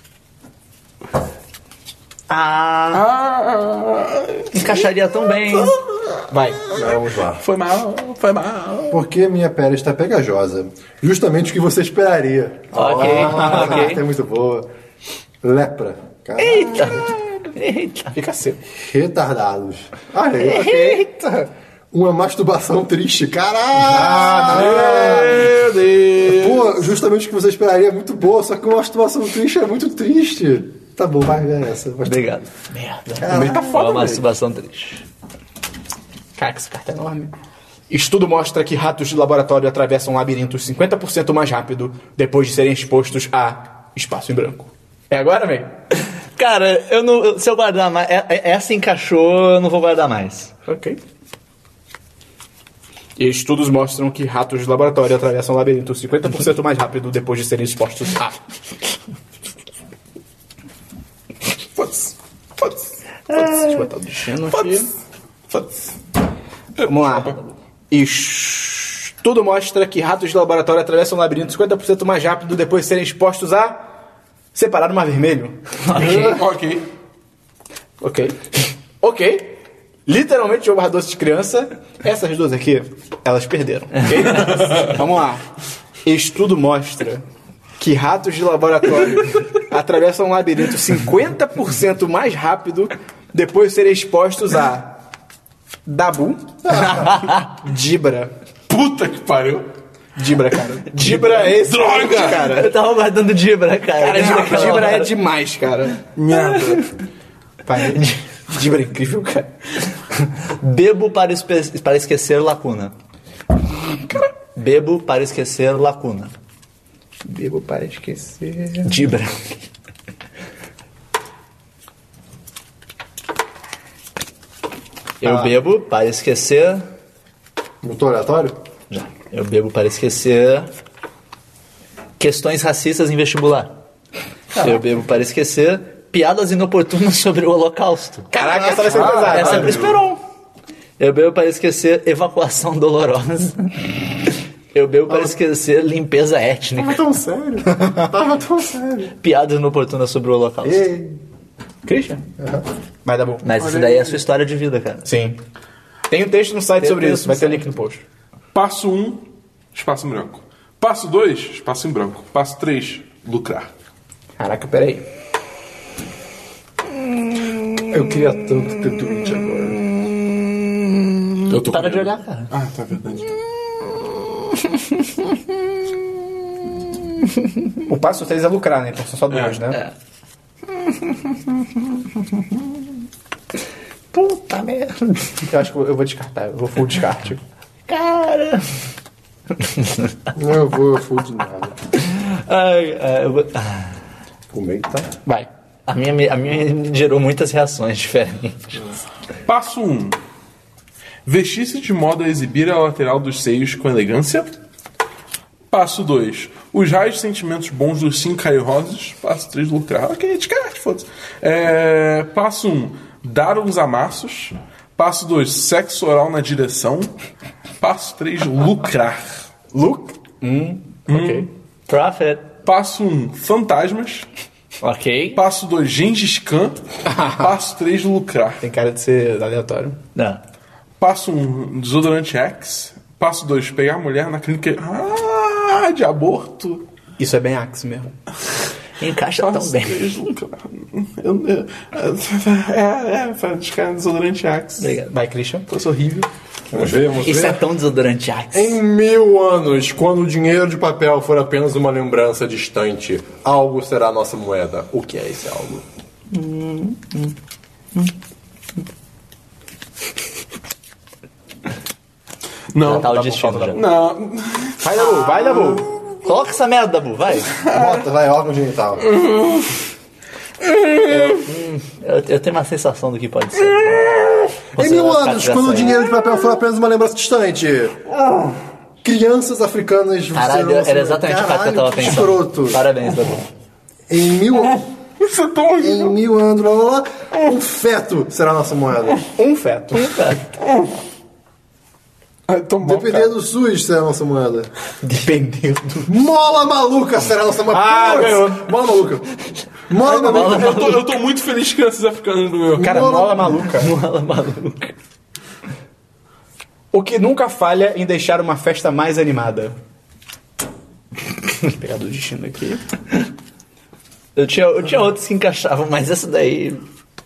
A: Ah,
B: Ah,
A: encaixaria tão bem.
C: Ah. Vai.
D: Vamos lá.
B: foi mal, foi mal.
D: Por que minha pele está pegajosa? Justamente o que você esperaria.
A: Ok,
D: Ah,
A: ok.
D: É muito boa. Lepra. Cara,
A: Eita! Eita!
C: Fica seco.
D: retardados. Ah, é.
C: Eita!
D: Uma masturbação triste. Caralho!
B: Ah, Meu Deus.
D: Pô, justamente o que você esperaria é muito boa, só que uma masturbação triste é muito triste. Tá bom, vai ganhar essa. Mas-
A: Obrigado. Merda.
C: É,
B: Também tá
A: Foi
B: foda,
A: uma
B: velho.
A: masturbação triste.
C: Cara, que essa carta é enorme. Estudo mostra que ratos de laboratório atravessam labirintos 50% mais rápido depois de serem expostos a espaço em branco. É agora, velho?
A: Cara, eu não. eu- Se eu guardar mais. é- é- Essa encaixou, eu não vou guardar mais.
C: Ok. E estudos mostram que ratos de laboratório atravessam labirintos 50% mais rápido depois de serem expostos a.
B: Foda-se. Foda-se.
C: Deixa eu botar o destino aqui.
B: Foda-se.
C: Vamos lá. Estudo mostra que ratos de laboratório atravessam labirintos 50% mais rápido depois de serem expostos a. Separar o mar vermelho.
B: Ok.
C: Ok. Ok. Literalmente jogo barra doce de criança. Essas duas aqui, elas perderam. ok? Vamos lá. Estudo mostra que ratos de laboratório atravessam um labirinto 50% mais rápido depois de serem expostos a Dabu, Dibra.
B: Puta que pariu.
C: Dibra, cara. Dibra é esse
B: Droga!
C: cara.
A: Eu tava guardando Dibra, cara.
C: Cara,
A: Desde
C: Dibra,
A: aquela
C: Dibra é
A: hora.
C: demais, cara.
B: Merda.
C: Pai, Dibra é incrível, cara.
A: Bebo para, espe- para esquecer lacuna. Bebo para esquecer lacuna.
C: Bebo para esquecer.
A: Dibra. Eu bebo para esquecer.
D: Botou um aleatório?
A: Já. Eu bebo para esquecer questões racistas em vestibular.
D: Ah.
A: Eu bebo para esquecer piadas inoportunas sobre o Holocausto.
C: Caraca, essa vai ser
D: Ah,
C: pesada.
A: Essa é pro Esperon. Eu bebo para esquecer evacuação dolorosa. Eu bebo para esquecer limpeza étnica.
D: Ah. Tava tão sério. Tava tão sério.
A: Piadas inoportunas sobre o Holocausto.
D: Ei. tá
C: Christian? Vai dar bom.
A: Mas isso daí é a sua história de vida, cara.
C: Sim. Tem um texto no site
A: Tem
C: sobre
A: texto
C: isso,
A: no
C: vai ter
A: site.
C: link no post.
B: Passo 1, um, espaço em branco. Passo 2, espaço em branco. Passo 3, lucrar.
C: Caraca, peraí.
D: Eu queria tanto ter Twitch agora.
B: Eu tô
A: Para de olhar, cara.
B: Ah, tá verdade.
C: O passo 3 é lucrar, né? Então são só dois,
B: É.
C: né?
A: Puta merda.
C: Eu acho que eu vou descartar, eu vou full descarte.
A: Cara.
D: Não, eu vou, eu fui de nada.
A: Ai, ai, eu vou- ah,
D: Comer, tá?
A: Vai. A minha, me- a minha gerou muitas reações diferentes.
B: Passo 1. Vestir-se de modo a exibir a lateral dos seios com elegância. Passo 2. Os raios de sentimentos bons dos cinco cairosos. Passo 3. Lucrar. Ok, descarte, foda-se. É, passo 1. Dar uns amassos. Passo 2. Sexo oral na direção. Passo 3. Lucrar.
D: Luke?
C: Ok.
A: Profit.
B: Passo 1. Fantasmas.
A: Ok.
B: Passo 2. Gengis Khan. Passo 3. Lucrar.
C: Tem cara de ser aleatório.
A: Não.
B: Passo um desodorante X. Passo dois pegar a mulher na clínica. Ah, de aborto.
C: Isso é bem Axe mesmo.
A: Encaixa Tá tão
B: Passo
A: bem.
B: três, nunca. Eu- eu- É, é, para descar desodorante Axe.
A: Obrigado.
C: Vai, Christian.
B: Fosse horrível.
D: Vamos ver, vamos
A: Isso
D: ver.
A: é tão desodorante, Axe.
D: Em mil anos, quando o dinheiro de papel for apenas uma lembrança distante, algo será nossa moeda. O que é esse algo?
B: Não.
A: Tá o
D: bom,
A: destino
D: tá
A: já.
B: Não.
C: Vai, Dabu, vai, Dabu.
A: Coloca essa merda, Dabu, vai.
D: Bota, vai, órgão genital.
A: Eu, eu tenho uma sensação do que pode ser.
D: Em
A: Você
D: mil
A: vai ficar
D: anos,
A: com
D: quando
A: essa aí.
D: o
A: Ah.
D: dinheiro de papel for apenas uma lembrança distante. Crianças africanas
A: Caralho,
D: serão-
A: era exatamente o fato que eu tava
D: Caralho, que
A: pensando.
D: Escroto.
A: Parabéns, Dabu.
D: Em mil,
B: Isso é tão horrível.
D: em mil anos, blá, blá, blá, um feto será a nossa moeda.
C: Um feto.
B: É tão bom, cara.
D: Dependendo do SUS será a nossa moeda.
A: Dependendo.
D: Mola maluca será a nossa moeda.
C: Ah,
D: Putz,
C: ganhou.
D: Mola maluca. Mola maluca.
B: Eu tô, eu tô muito feliz que crianças africanas no meu.
C: Cara,
D: Mola-
C: mola maluca.
A: Mola Um maluca.
C: O que nunca falha em deixar uma festa mais animada. Vou pegar do destino aqui.
A: Eu tinha, eu tinha outros que encaixavam, mas essa daí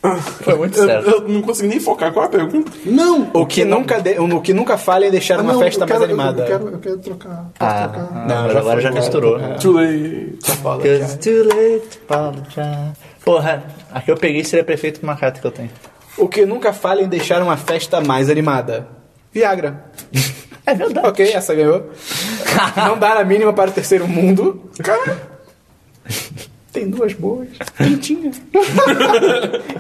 D: Ah,
A: foi muito
B: Eu,
A: certo.
B: eu não consegui nem focar. Qual é a pergunta?
D: Não.
C: O que, nunca de- o que nunca falha em deixar uma
D: Ah, Não,
C: festa
D: eu quero-
C: mais
D: eu-
C: animada.
D: Eu quero, eu quero trocar. Posso
C: Tá
A: Ah,
D: trocar?
A: não, mas
C: já
A: agora
C: foi,
A: já
C: agora.
A: misturou, né?
B: Too late.
A: Cause it's too late to apologize. Porra, a que eu peguei seria perfeito com uma carta que eu tenho.
C: O que nunca falha em deixar uma festa mais animada. Viagra.
A: É verdade.
C: Ok, essa ganhou. Não dar a mínima para o terceiro mundo.
B: Cara,
C: Tem duas boas. Quentinha.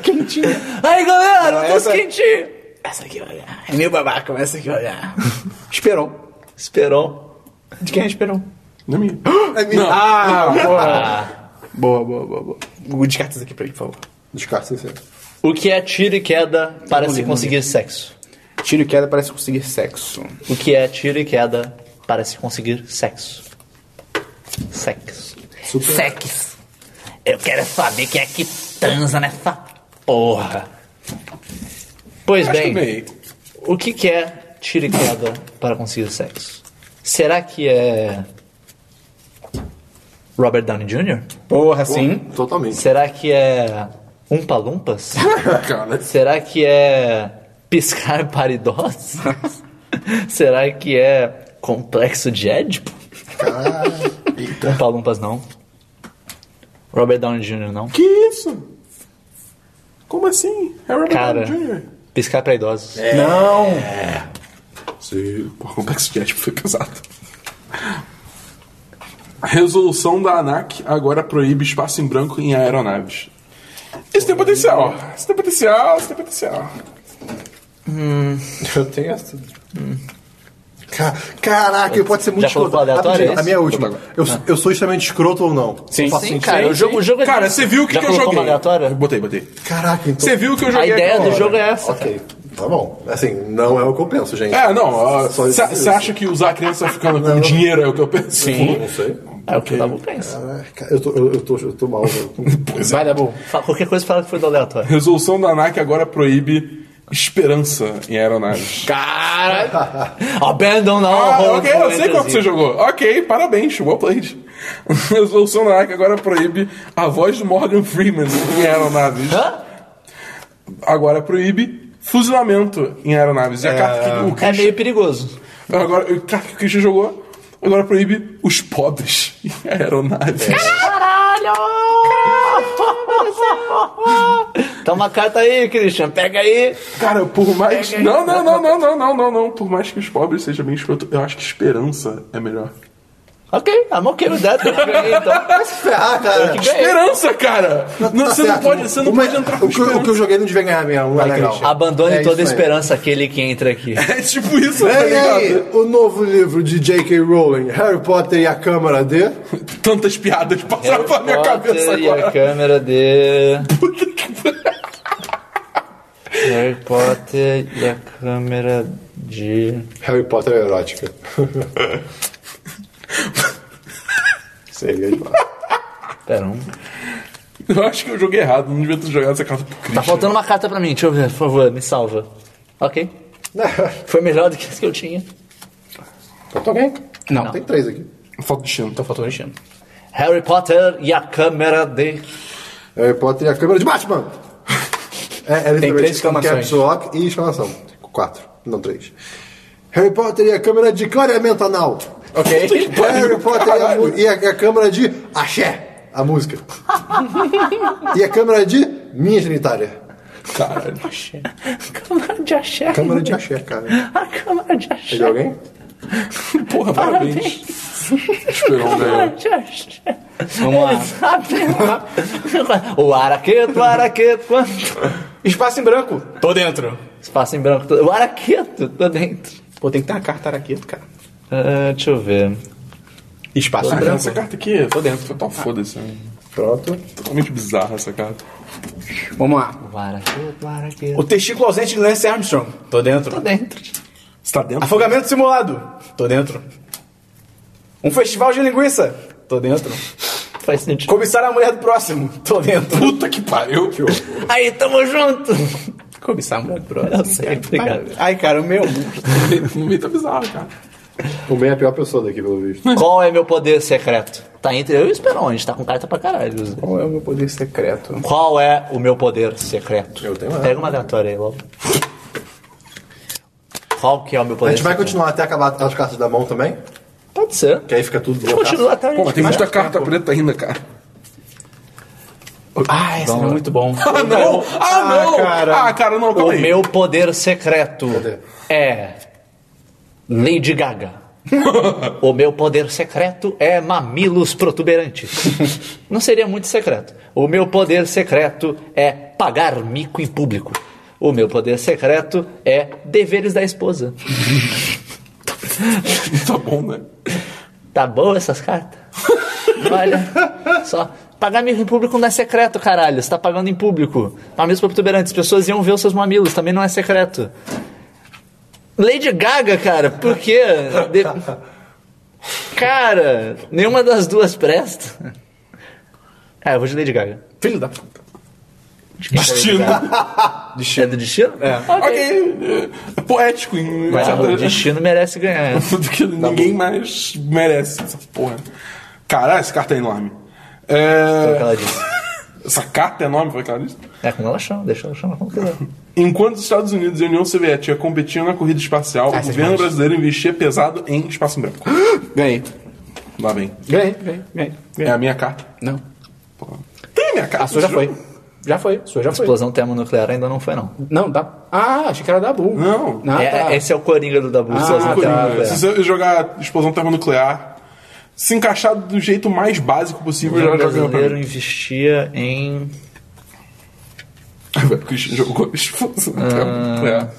C: Quentinha.
A: Aí galera,
C: Não,
A: eu tô
C: essa-
A: esquentinho.
C: Essa aqui, olha. É meu babaca, mas essa aqui, olha. Esperon.
A: Esperou.
C: De quem é Esperon?
B: não é minha.
D: É minha.
C: Ah, boa. Boa, boa, boa, boa. Descarta isso aqui pra mim, por favor.
D: Descarta isso aí.
A: O que é tiro e queda para se conseguir sexo?
C: Tiro e queda parece conseguir sexo.
A: O que é tiro e queda para se conseguir sexo? Sexo. Sexo. Eu quero saber quem é que transa nessa porra. Pois
B: Acho que
A: bem,
B: eu ganhei.
A: o que, que é tiro e queda para conseguir sexo? Será que é. Robert Downey Jr.?
C: Porra, sim.
D: Totalmente.
A: Será que é. Umpa Lumpas?
B: Cara,
A: Será que é piscar para idosos? Será que é complexo de Édipo?
D: Eita.
A: Palumpas não. Robert Downey Jr. não.
B: que isso? Como assim? É Robert
A: Cara,
B: Downey Jr. É,
A: piscar para idosos.
C: Não.
B: Sim. Porra, como é que esse Jet foi pesado? A resolução da ANAC agora proíbe espaço em branco em aeronaves. Isso tem potencial. Isso tem potencial, isso tem potencial.
A: Hum.
D: Eu tenho essa. Ca- Caraca, pode ser muito
A: Já falou
D: escroto.
A: pro aleatório, é
D: Rapidinho,
A: isso?
D: a minha última. Eu, eu sou extremamente escroto ou não?
C: Sim,
D: Faço
A: Sim,
D: sentido.
A: cara,
B: Sim,
A: o jogo,
B: sim.
A: o jogo é-
B: Cara, você viu o que,
A: Já
B: que eu
A: colocou
B: joguei?
A: uma aleatória?
B: Botei, botei.
D: Caraca, então.
B: Você viu o que eu
A: A
B: joguei?
A: ideia do
B: aquela
A: jogo
B: hora?
A: é essa.
D: Ok, tá bom. Assim, não é o que eu penso, gente.
B: É, não.
D: Só isso-
B: Você acha que usar a criança ficando com dinheiro é o que eu penso?
D: Eu Não sei.
A: É o que o Dabu pensa.
D: Caraca, eu tô, eu, eu tô, eu tô mal. velho.
C: Vai, Dabu.
A: Fala- Qualquer coisa fala que foi do aleatório.
B: Resolução da ANAC agora proíbe esperança em aeronaves.
A: Cara! Abandon now.
B: Ah,
A: home
B: ok, eu
A: for
B: sei qual que você
A: enthusiasm.
B: jogou. Ok, parabéns, well played. Resolução da ARC agora proíbe a voz do Morgan Freeman em aeronaves.
A: Hã?
B: Agora proíbe fuzilamento em aeronaves. E a carta que o
A: É
B: Christian,
A: meio perigoso.
B: Então agora, a carta que o Christian jogou agora proíbe os pobres em aeronaves.
A: Caralho! Tá uma carta aí, Christian, pega aí.
B: Cara, por
D: É,
B: mais. Não, não, não, não, não, não, não, não. Por mais que os pobres sejam bem escroto, eu acho que esperança é melhor.
A: Ok, I'm okay with that. Eu que ganhei, então.
D: Ah,
B: É
D: cara.
A: Eu que ganhei.
B: Esperança, cara! Não,
D: Tá
B: você
D: certo.
B: não pode, você não
D: Uma-
B: pode entrar com
D: o que, eu- o que
B: esperança.
D: eu joguei não devia ganhar mesmo. Vai,
C: legal.
D: Christian.
A: Abandone
D: É
A: toda
D: isso aí.
A: esperança aquele que entra aqui.
B: É tipo isso, tá
D: Vem
B: ligado?
D: aí o novo livro de J.K. Rowling, Harry Potter e a Câmara de.
B: Tantas piadas passaram pela minha
A: Potter
B: cabeça
A: e a
B: agora.
A: câmera de. Harry Potter e a câmera de.
D: Harry Potter é erótica. Seria demais.
A: Pera um.
B: Eu acho que eu joguei errado, não devia ter jogado essa carta pro Christian.
A: Tá faltando uma carta pra mim, deixa eu ver, por favor, me salva. Ok. Foi melhor do que as que eu tinha.
D: Faltou alguém?
A: Não.
D: Tem três aqui.
B: Falta de chino.
A: Então faltou o Chino. Harry Potter e a câmera de.
D: Harry Potter e a Câmara de Batman. É, é literalmente
C: três exclamações.
D: Caps Lock e exclamação. Quatro, não três. Harry Potter e a Câmara de Clareamento Anal.
C: Ok.
D: Harry Potter e a, mu- e a, a Câmara de Axé, a música. e a Câmara de Minha Genitária.
B: Caralho.
A: Câmara de axé.
D: Câmara de Axé, cara.
A: A câmara de axé.
D: Tem alguém?
B: Porra, parabéns. Esperou, né?
A: Vamos lá. o araqueto, o araqueto, quanto?
C: Espaço em branco. Tô dentro.
A: Espaço em branco. todo- O araqueto, tá dentro.
C: Pô, tem que ter uma carta araqueto, cara.
A: Ah, deixa eu ver.
C: Espaço em
B: Ah,
C: branco.
B: essa carta aqui, tô dentro. Total foda-se. né?
D: Pronto.
B: Totalmente bizarra essa carta.
C: Vamos lá.
A: O araqueto, o
C: O
A: araqueto.
C: testículo ausente de Lance Armstrong. Tô dentro.
A: Tá dentro.
B: Você tá dentro?
C: Afogamento simulado. Tô dentro. Um festival de linguiça. Tô dentro.
A: Faz sentido.
C: Cobiçar a mulher do próximo. Tô dentro.
B: Puta que pariu.
A: Aí, tamo junto.
C: Cobiçar a mulher do
A: Eu
C: próximo.
A: sei, obrigado.
C: Ai, cara, o meu.
B: No meio tá bizarro, cara.
D: O meio é a pior pessoa daqui, pelo visto.
A: Qual é meu poder secreto? Tá entre eu e o Esperon, a gente tá com carta pra caralho.
C: Qual é o meu poder secreto?
A: Qual é o meu poder secreto? Eu
D: tenho ela.
A: Pega uma aleatória aí logo. Qual que é o meu
D: A
A: poder
D: gente vai
A: secreto?
D: continuar até acabar as cartas da mão também,
A: Pode ser.
D: que aí fica tudo
A: Continua até a
B: Pô, mas
A: gente.
B: tem muita carta preta ainda, cara.
C: Ah, esse
A: né?
C: é muito bom.
B: Ah, não! Ah, não!
C: cara.
B: Ah, cara, não, calma
A: O
B: aí.
A: meu poder secreto
D: Cadê?
A: é Lady Gaga. o meu poder secreto é mamilos protuberantes. Não seria muito secreto. O meu poder secreto é pagar mico em público. O meu poder secreto é deveres da esposa.
B: Tá bom, né?
A: Tá boa essas cartas? Olha, só. Pagar mico em público não é secreto, caralho. Você tá pagando em público. Tá Mamilos protuberantes. As pessoas iam ver os seus mamilos. Também não é secreto. Lady Gaga, cara, por quê? De- Cara, nenhuma das duas presta. Ah, eu vou de Lady Gaga.
C: Filho da puta.
B: Destino.
A: É do destino? É.
B: Ok. É poético em
A: Mas
B: certa-
A: o destino tá merece ganhar.
B: Tudo que ninguém mais merece essa porra. Caralho, essa carta é enorme.
A: Foi o que
B: É...
A: ela disse.
B: Essa carta é enorme, foi aquela lista?
A: É como ela chama, deixa ela chamar como quiser.
B: Enquanto os Estados Unidos e a União Soviética competiam na corrida
A: Ah,
B: espacial, o governo brasileiro investia pesado em espaço em branco.
C: Ganhei.
B: Lá bem.
C: Ganhei, ganhei, ganhei.
B: É
C: ganhei.
B: a minha carta.
C: Não.
B: Tem a minha carta.
C: A sua já foi. Já foi. A sua já foi.
A: Explosão termonuclear ainda não foi, não.
C: Não, tá. Ah, achei que era da Bull.
B: Não.
C: Ah,
A: É-
C: tá.
A: Esse é o Coringa do Dabu. explosão
C: tá.
A: termonuclear.
B: Se você jogar explosão termonuclear, se encaixar do jeito mais básico
A: O
B: possível, já
A: governo
B: joga pra
A: brasileiro
B: mim.
A: investia em.
B: Porque jogou né? explosão termonuclear.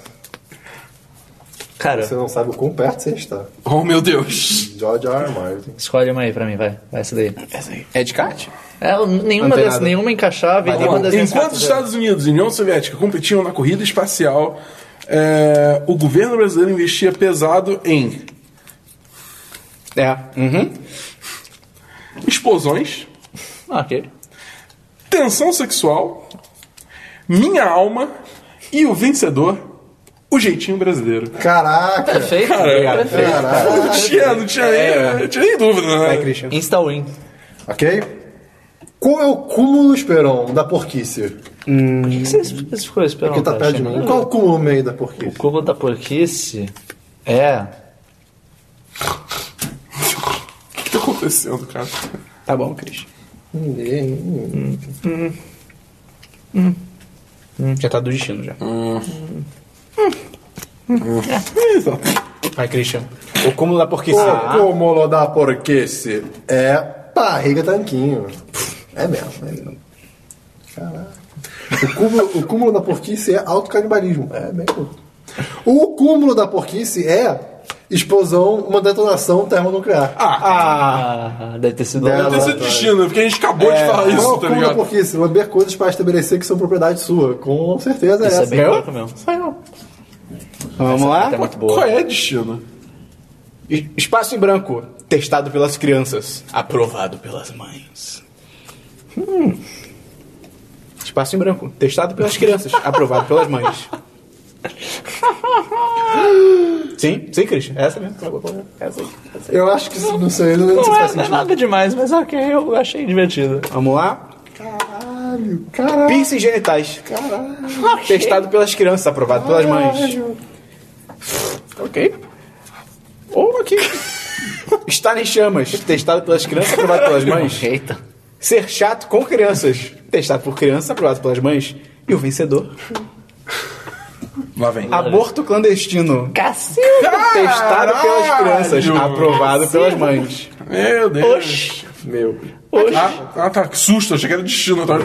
A: Cara,
D: Você não sabe o quão perto você está.
B: Oh, meu Deus.
D: George R. R. Martin.
A: escolhe uma aí pra mim, vai. Vai essa daí.
C: É de kart?
A: É, eu- nenhuma,
C: Não tem
A: das,
C: nada.
A: nenhuma encaixava e
C: Vai,
A: nenhuma
C: vamos.
A: das minhas
B: Enquanto
A: cartas
B: os
A: era-
B: Estados Unidos e a União Soviética competiam na corrida espacial, é, o governo brasileiro investia pesado em
C: É. Uhum.
B: explosões,
A: Ah, ok.
B: tensão sexual, minha alma e o vencedor, o jeitinho brasileiro.
D: Caraca!
A: Perfeito, perfeito.
D: Caraca!
B: Não tinha, não tinha, nem, não tinha nem dúvida, né?
C: Vai, Christian.
A: Insta win.
D: Ok? Qual é o cúmulo, Esperon, da porquice?
A: O que que você especificou isso?
D: Quem tá perto de mim? Qual é o cúmulo no meio da porquice?
A: O tá cubo da porquice é.
B: O que tá acontecendo, cara?
C: Tá bom, Cris. Hum. Já tá do destino já. Hum.
B: Exato.
C: É. Vai, Christian. O cúmulo da porquice.
A: Ah.
D: O cúmulo da porquice é barriga tanquinho. É mesmo, é mesmo. Caraca. O cúmulo, o cúmulo da porquice é autocanibalismo. É mesmo. O cúmulo da porquice é explosão, uma detonação termonuclear.
A: Ah, deve ter sido.
D: Deve
B: Deve ter sido é destino, né? porque a gente acabou de falar
D: tá Não,
B: isso,
D: o
B: tá
D: cúmulo da
B: ligado?
D: porquice, lamber coisas para estabelecer que são propriedade sua. Com certeza é
A: Isso é
D: essa.
A: bem louco mesmo.
C: Vamos lá.
A: Tá muito
B: Qual
A: boa.
B: é destino?
C: Es- Espaço em branco. Testado pelas crianças. Aprovado pelas mães. Hum. Espaço em branco. Testado pelas crianças. aprovado pelas mães. Sim, sim, Christian. É Essa mesmo. Essa aí. Essa aí.
D: Eu acho que isso- não sei, eu não lembro se
A: Não é,
D: faz
A: não é
D: sentido.
A: nada demais, mas ok, eu achei divertido.
C: Vamos lá.
D: Caralho, caralho,
C: Piercing genitais.
D: caralho.
C: Testado pelas crianças. Aprovado pelas mães. Ok. Ou aqui. Estar em chamas. Testado pelas crianças. Aprovado pelas mães.
A: Eita.
C: Ser chato com crianças. Testado por criança, aprovado pelas mães. E o vencedor.
B: Lá vem.
C: Aborto clandestino.
A: Cacete.
C: Testado pelas crianças. Aprovado pelas mães.
B: Meu Deus.
A: Oxi.
B: Meu.
A: Oxi.
B: Ah, ah, tá. Que susto. Achei que era destino. Tá?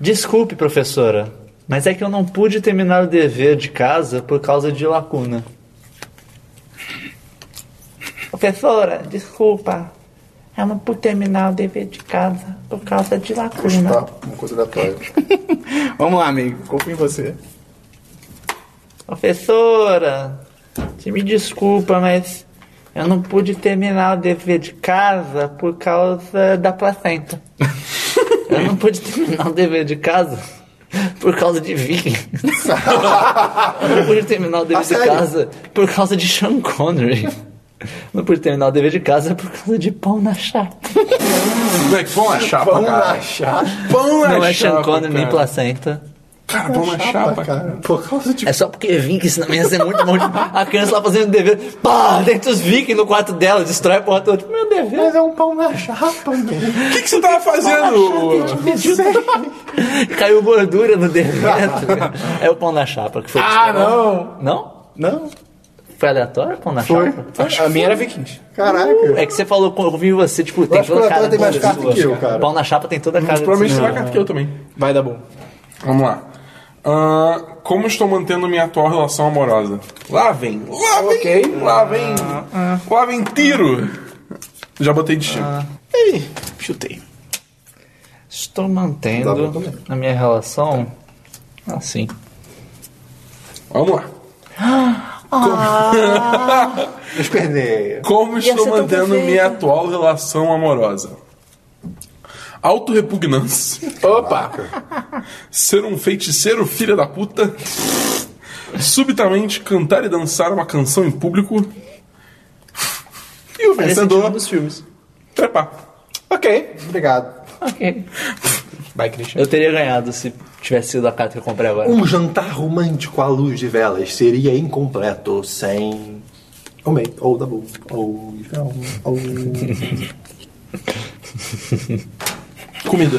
A: Desculpe, professora, mas é que eu não pude terminar o dever de casa por causa de lacuna. Professora, desculpa. Eu não pude terminar o dever de casa por causa de lacuna.
D: Tá, uma coisa aleatória.
C: Vamos lá, amigo. Confio em você.
A: Professora, você me desculpa, mas eu não pude terminar o dever de casa por causa da placenta. Eu não pude terminar o dever de casa por causa de vinho. Eu não pude terminar o dever
D: Ah,
A: de
D: sério?
A: casa por causa de Sean Connery. Não pude terminar o dever de casa por causa de pão na chapa.
B: Moleque, pão na chapa,
D: Vamos
B: cara.
D: achar.
B: Pão na
A: Não é
B: chapa,
A: Sean Connery nem
B: cara.
A: placenta.
B: Cara, pão na chapa, cara.
D: Por causa de.
A: É só porque vim que senão ia ser muito bom. A criança lá fazendo dever. Pá, dentro dos vikings no quarto dela, destrói a porta toda. Tipo, meu dever.
D: Mas é um pão na chapa, né?
B: O que, que você tava fazendo?
A: Caiu gordura no dever. é o pão na chapa que foi.
C: Ah,
A: destrói.
C: não.
A: Não?
D: Não?
A: Foi aleatório o pão na
D: Foi.
A: chapa?
C: A minha era vikings.
D: Caraca.
A: É que você falou, eu ouvi você, tipo, tem
D: acho que
A: toda a
D: o
A: cara
D: aleatório tem
A: de
D: mais
A: pessoa.
D: cara que eu, cara.
A: Pão na chapa tem toda a cara de
B: Provavelmente você
A: pessoa.
B: vai cair que eu também.
C: Vai dar bom.
B: Vamos lá. Ah, como estou mantendo minha atual relação amorosa? Lá vem. Lá vem.
C: Ok.
B: Lá vem.
A: Ah,
B: Lá vem tiro. Já botei destino.
A: Ah.
C: Ei, chutei.
A: Estou mantendo a minha relação assim.
B: Vamos lá.
D: Esperneia.
B: Como estou
A: ser tão
B: mantendo
A: perfeita.
B: minha atual relação amorosa? Autorrepugnância.
C: Opa.
B: Ser um feiticeiro filha da puta. Subitamente cantar e dançar uma canção em público. E o
A: Parece título
B: vencedor
A: dos filmes.
B: trepar.
C: Ok.
D: Obrigado.
A: Ok.
C: Vai, Christian.
A: Eu teria ganhado se tivesse sido a carta que eu comprei agora.
D: Um jantar romântico à luz de velas seria incompleto sem. Ou meio, ou double, ou. ou.
B: Comida.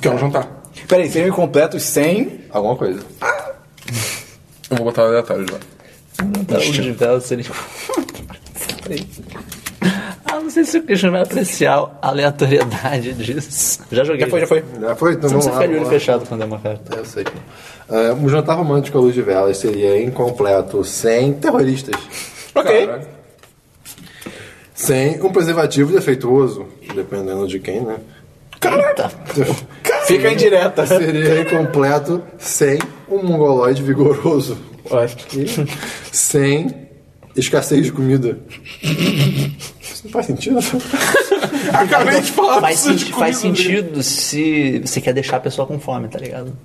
B: Que é um jantar.
C: Peraí, seriam incompletos sem...
D: Alguma coisa.
B: Eu vou botar aleatório já.
A: Tá, o de vela seria- Ah, não sei se o Christian vai apreciar a aleatoriedade disso. Já joguei.
C: Já né? foi, já foi.
D: Já foi? Então
A: Como
D: vamos
A: você
D: lá.
A: fica de olho
D: vamos lá.
A: fechado quando é uma carta?
D: Eu sei. É, um jantar romântico à luz de velas seria incompleto sem terroristas,
C: Ok.
B: Caralho.
D: sem um preservativo defeituoso, dependendo de quem, né?
A: Carta!
C: Fica indireta.
D: Seria incompleto sem um mongoloide vigoroso, sem escassez de comida. Isso não faz sentido.
B: Acabei de falar
A: Faz,
B: precisa
A: senti-
B: de
A: faz
B: comida, né?
A: sentido se você quer deixar a pessoa com fome, tá ligado?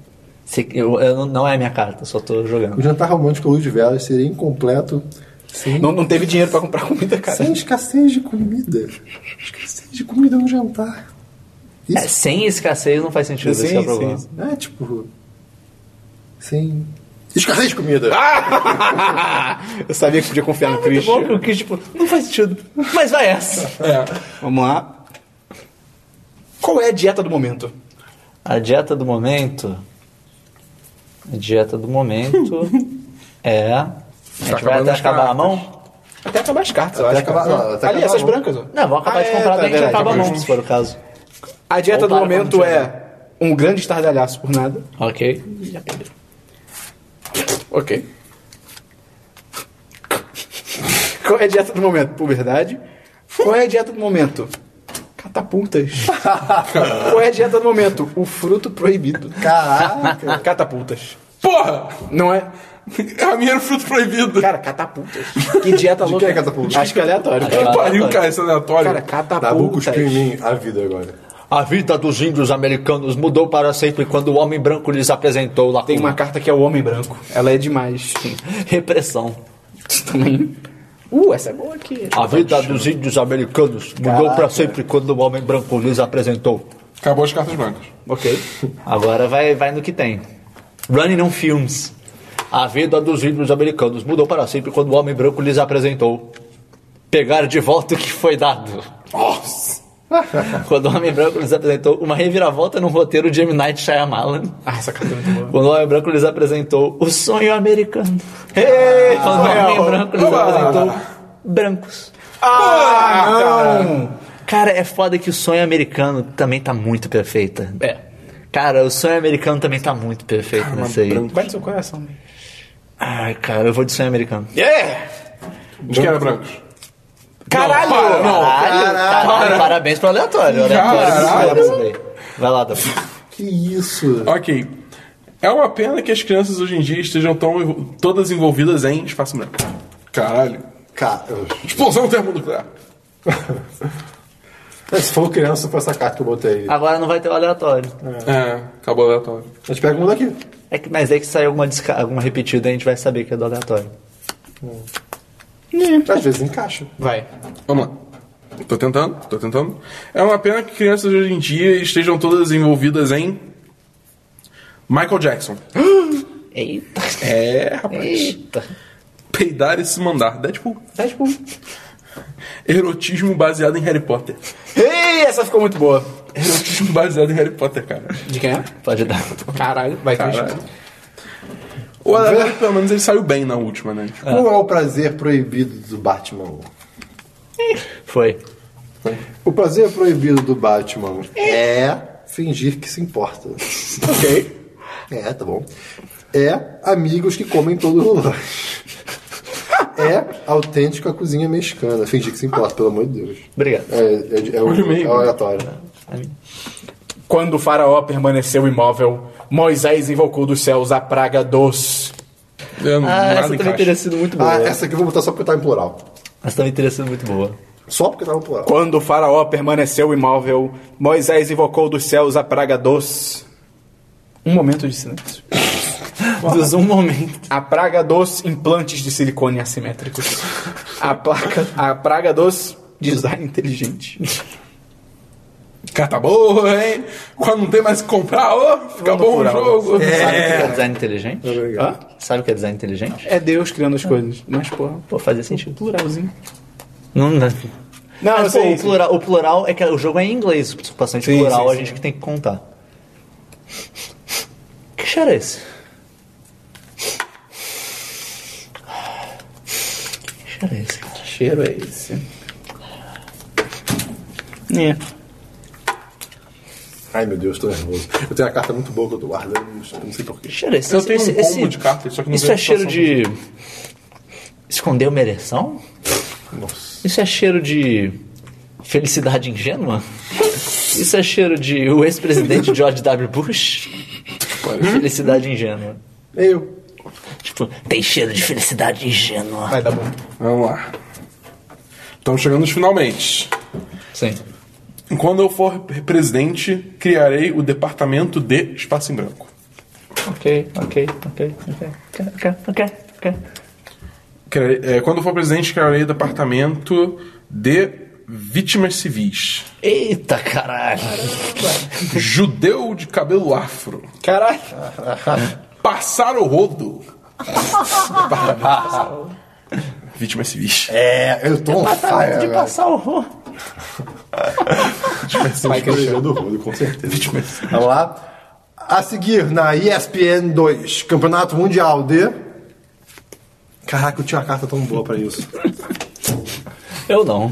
A: Se- eu- eu não- não é a minha carta, eu só tô
D: Um
A: jogando.
D: jantar romântico à luz de velas seria incompleto sem,
C: Não, não teve dinheiro pra comprar comida, cara.
D: sem escassez de comida. Escassez de comida é um jantar.
A: É, sem escassez não faz sentido, esse é o problema.
D: É tipo. Sem. Ah! Escassez de comida!
C: Eu sabia que podia
D: um
C: confiar
D: Ah,
C: no
A: Muito bom que
C: Christian.
A: o Chris, tipo, não faz sentido. Mas vai essa.
C: Vamos lá. Qual é a dieta do momento?
A: A dieta do momento Dieta do momento é.
C: Tá
A: A gente vai até
B: acabando as
A: acabar a
B: cartas.
A: mão?
C: Até acabar as cartas, eu
D: Até
C: acho.
D: acabar-
C: cara.
D: não, até
C: Ali,
D: acabar
C: essas
D: a mão.
C: brancas, ó.
A: Não, vamos acabar
C: Ah,
A: de
C: é,
A: comprar
C: tá,
A: bem, a gente
C: verdade,
A: acaba a
C: acabou
A: mão,
C: junto.
A: se for o caso.
C: A dieta
A: Ou
C: do
A: para quando
C: momento
A: tiver.
C: é um grande estardalhaço por nada.
A: Ok.
C: Ok. Qual é a dieta do momento? Puberdade. Qual é a dieta do momento? Catapultas. Qual é a dieta do momento? O fruto proibido.
D: Caraca.
C: Catapultas.
B: Porra!
C: Não é?
B: É a minha fruto proibido.
C: Cara, catapultas. Que dieta
D: De
C: louca.
D: quem é catapultas?
C: Acho que é aleatório.
B: Que
A: Cara,
B: pariu,
A: cara.
B: cara, isso é aleatório.
C: Cara,
D: Dabu
C: catapultas.
D: cuspiu em mim a vida agora.
A: A vida dos índios americanos mudou para sempre quando o homem branco lhes apresentou lá
C: Tem uma carta que é o homem branco. Ela é demais.
A: repressão.
C: Também. Uh, essa é boa aqui.
A: A vida dos índios americanos mudou para sempre quando o homem branco lhes apresentou.
B: Acabou as cartas brancas.
C: Ok.
A: Agora vai, vai no que tem. Running on Films. A vida dos índios americanos mudou para sempre quando o homem branco lhes apresentou. Pegar de volta o que foi dado.
B: Nossa!
A: Quando o homem branco lhes apresentou uma reviravolta no roteiro de M. Night Shyamalan.
C: Ah, essa carta é muito boa.
A: Quando o homem branco lhes apresentou o sonho americano. Quando o homem branco lhes apresentou brancos.
C: Ah, não!
A: Cara, é foda que o sonho americano também tá muito perfeita.
C: É.
A: Cara, o sonho americano também tá muito perfeito nessa aí.
C: Vai no seu coração.
A: Ai, cara, eu vou de sonho americano.
C: Yeah!
B: De quem era brancos?
C: É! Caralho!
B: para, não.
A: Caralho, caralho, parabéns pro aleatório. aleatório
B: Caralho.
A: caralho. Isso daí. Vai lá, Dabu.
D: Que isso?
B: Ok. É uma pena que as crianças hoje em dia estejam tão envo- todas envolvidas em espaço branco. Caralho.
D: Cara,
B: Explosão termonuclear.
D: É, se for criança, foi essa carta que eu botei.
A: Agora não vai ter o aleatório.
B: É, acabou o aleatório.
D: A gente pega um daqui.
A: É que, mas é que saiu alguma, desca- alguma repetida, a gente vai saber que é do aleatório.
D: Às vezes encaixa.
C: Vai.
B: Vamos lá. Tô tentando, tô tentando. É uma pena que crianças hoje em dia estejam todas envolvidas em. Michael Jackson.
A: Eita,
B: É, rapaz.
A: eita.
B: Peidar e se mandar. Deadpool.
C: Deadpool.
B: Erotismo baseado em Harry Potter.
C: Ei, essa ficou muito boa.
B: Erotismo baseado em Harry Potter, cara.
C: De quem é?
A: Pode dar.
C: Caralho, vai
B: Caralho.
C: Christian.
B: O Aleatório, pelo menos, ele saiu bem na última, né? Tipo,
D: Qual é o prazer proibido do Batman?
A: Foi.
D: O prazer proibido do Batman é fingir que se importa.
C: Ok.
D: É, tá bom. É amigos que comem todo o lanche. É autêntica cozinha mexicana. Fingir que se importa, pelo amor de Deus.
A: Obrigado.
D: É, é, é, o,
B: Olha o meio.
D: é o aleatório.
C: Quando o faraó permaneceu imóvel, Moisés invocou dos céus a praga dos...
B: eu não-
A: Ah,
B: nada
A: essa também
B: encaixa.
A: teria sido muito boa.
D: Ah, essa aqui eu vou botar só porque tá em plural.
A: Essa também teria sido muito boa.
D: Só porque tá em plural.
C: Quando o faraó permaneceu imóvel, Moisés invocou dos céus a praga dos... Um momento de silêncio.
A: Dos um momento.
C: A praga dos implantes de silicone assimétricos. A, placa, a praga dos design inteligente.
B: Cara, tá bom, hein? Quando não tem mais o que comprar, ô, fica bom o jogo.
A: Sabe o que é design inteligente?
C: Hã?
A: Sabe o que é design inteligente?
C: É Deus criando as coisas. Mas, porra,
A: Pô, fazia sentido.
C: pluralzinho.
A: Não, não.
C: Não,
A: Mas,
C: Ah, eu
A: pô,
C: sei,
A: o plural, o plural é que o jogo é em inglês. O bastante
C: Sim,
A: plural
C: sim,
A: a gente que tem que contar. Que cheiro é esse? Que cheiro é esse?
C: Que cheiro é esse? É.
D: Ai meu Deus, tô nervoso. Eu tenho uma carta muito boa que eu tô guardando, mas eu não sei porquê.
A: Que cheiro é esse?
B: Eu tenho um
A: Esse-
B: combo
A: esse-
B: de cartas, só que não
A: Isso
B: vejo
A: é cheiro
B: situação.
A: de. Esconder uma ereção?
D: Nossa.
A: Isso é cheiro de felicidade ingênua? Isso é cheiro de o ex-presidente George W. Bush? Felicidade ingênua.
D: Eu.
A: Tipo, tem cheiro de felicidade ingênua.
C: Vai dar tá bom.
B: Vamos lá. Estamos chegando nos finalmente.
A: Sim.
B: Quando eu for presidente, criarei o departamento de espaço em branco.
A: Ok, ok, ok, ok. Ok, ok, ok.
B: Criarei- é, quando eu for presidente, criarei o departamento de vítimas civis.
A: Eita caralho.
B: Judeu de cabelo afro.
C: Caralho.
B: Passar o rodo. Departamento. Vítimas civis.
D: É, eu tô on fire.
A: de
D: agora.
A: passar o rosto.
D: Vai crescendo o rodo, com certeza. Vamos lá. A seguir, na ESPN 2, Campeonato Mundial de. Caraca, eu tinha uma carta tão boa pra isso.
A: Eu não.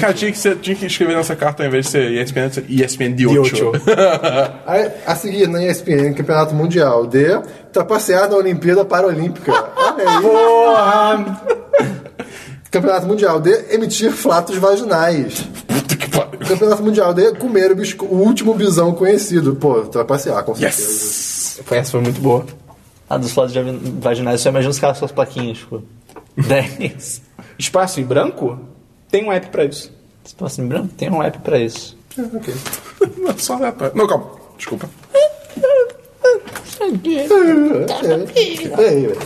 B: Cara, tinha que, ser- tinha que escrever nessa carta ao invés de ser ESPN, ser ESPN de 8.
C: Yocho.
D: A, a seguir, na ESPN, Campeonato Mundial de. Trapacear na Olimpíada Paralímpica. Olha aí.
C: Porra!
D: Campeonato Mundial de emitir flatos vaginais.
B: Puta que pariu.
D: Campeonato Mundial de comer o, bisco- o último bisão conhecido. Pô, trapacear, com certeza.
B: Yes!
C: Foi, essa foi muito boa.
A: Ah, dos flatos de vaginais, eu só imagino os caras com as plaquinhas, tipo. 10.
C: Espaço em branco? Tem um app pra isso.
A: Tipo assim, branco, tem um app pra isso.
D: É, ok.
B: Não, só aleatório. Não, calma. Desculpa.
D: É, é, é.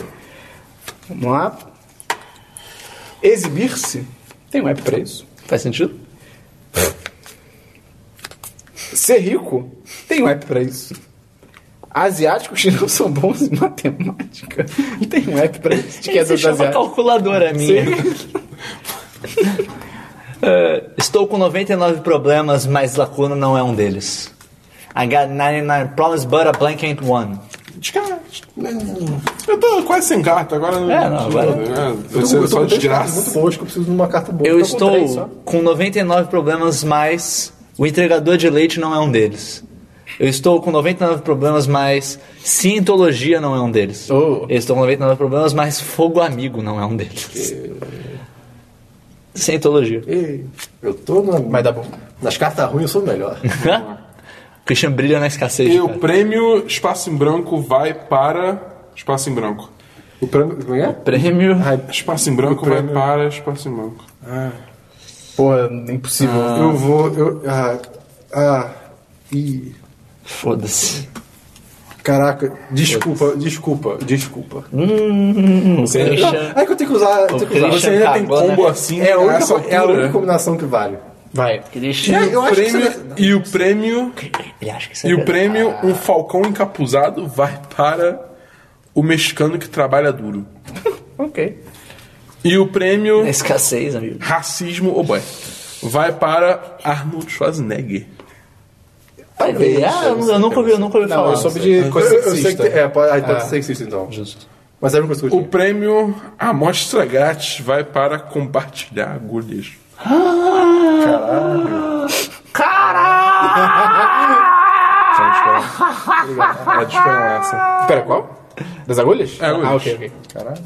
C: Vamos lá. Exibir-se? Tem um app pra isso.
A: Faz sentido?
C: Ser rico? Tem um app pra isso. Asiáticos que não são bons em matemática? Tem um app pra isso. De que é
A: Ele se
C: dos
A: chama
C: asiáticos.
A: calculadora minha. Eh, estou com 99 problemas, mas lacuna não é um deles. I got 99 problems, but a blank ain't one.
B: Descarte. Eu tô quase sem carta, agora...
A: É, não, agora-
B: É, isso é só
D: com três cartas
B: desgraça.
D: muito boas que eu preciso de uma carta boa.
A: Eu
D: Tá com três só.
A: estou com 99 problemas, mas o entregador de leite não é um deles. Eu estou com 99 problemas, mas cientologia não é um deles.
C: Oh.
A: Eu estou com 99 problemas, mas fogo amigo não é um deles. Cientologia.
D: Ei, Eu tô na...
C: Vai dar bom.
D: nas cartas ruins, eu sou o melhor.
A: Hã? Christian brilha na escassez.
B: E o
A: cara.
B: prêmio Espaço em Branco vai para... Espaço em Branco.
D: o prêmio. Como é?
A: Prêmio.
B: Espaço em Branco vai
D: prêmio-
B: para Espaço em Branco.
C: Porra, é impossível.
D: Eu vou. Eu, ah, ah, ih,
A: Foda-se.
D: caraca, desculpa, desculpa, desculpa.
B: Você ainda,
D: É que eu tenho que usar. Eu tenho que usar.
B: você ainda tem
A: Cagou, né?
B: combo assim
D: É a,
B: a
D: única,
B: essa
D: é a única
B: altura? É,
D: combinação que vale.
C: Vai.
B: E
A: Christian.
D: Eu
B: o
D: acho que
B: prêmio...
D: você-
B: E o prêmio...
A: Ele acha que você
B: E o
A: é-
B: prêmio,
C: Ah.
B: um falcão encapuzado, vai para o mexicano que trabalha duro.
C: Ok.
B: E o prêmio
A: Na escassez, amigo.
B: racismo, oh boy, vai para Arnold Schwarzenegger.
A: Vai ver. Ah, eu, eu nunca ouvi, eu nunca ouvi
C: Não,
A: falar.
C: eu soube de
D: Eu,
C: coisa
D: eu sei que.
C: sexista.
D: tem- É, pode, ah, pode
C: Ah.
D: ser sexista então.
A: Justo.
D: Mas é a única coisa que eu
B: O
D: tinha.
B: prêmio Amostra Grátis vai para compartilhar agulhas. Caralho! Caralho! É descolar essa.
C: Pera, qual? Das agulhas?
B: É, agulhas.
C: Ah, ok, ok.
B: Caralho,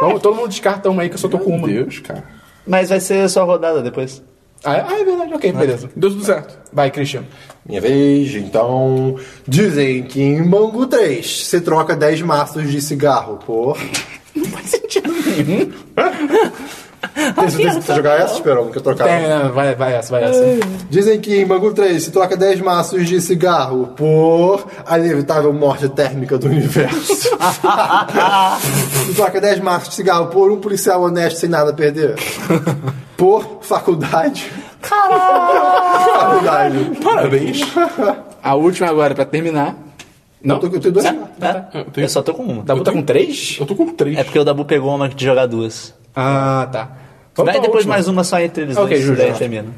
C: Vamos, todo mundo descarta uma aí que eu só tô com
B: meu
C: uma.
B: Deus, cara.
A: Mas vai ser só rodada depois.
C: Ah, é, ah, é verdade, ok, beleza.
B: Deu tudo certo.
C: Vai, Christian.
D: Minha vez, então. Dizem que em Bangu 3 você troca 10 maços de cigarro por. Não faz sentido nenhum. Você jogar essa, Esperão? Que eu trocava.
C: Tem, não, vai, vai essa, vai essa.
D: Dizem que em Bangu 3 se troca 10 maços de cigarro por a inevitável morte térmica do universo. se troca 10 maços de cigarro por um policial honesto sem nada a perder. Por faculdade. Caralho! faculdade.
B: Parabéns.
C: A última agora, pra terminar. Não?
D: Eu, tô, eu tenho dois.
C: Certo? Tá.
A: Eu,
B: tenho-
A: só tô com uma.
C: Dabu tá com três?
B: Eu tô com três.
A: É porque o Dabu pegou uma de jogar duas.
C: Ah, tá. Vamos
A: Daí
C: pra
A: depois
C: última.
A: mais uma só entre eles
C: Ok,
A: dois.
C: justo,
A: daí
C: justo.
A: termina.
C: um.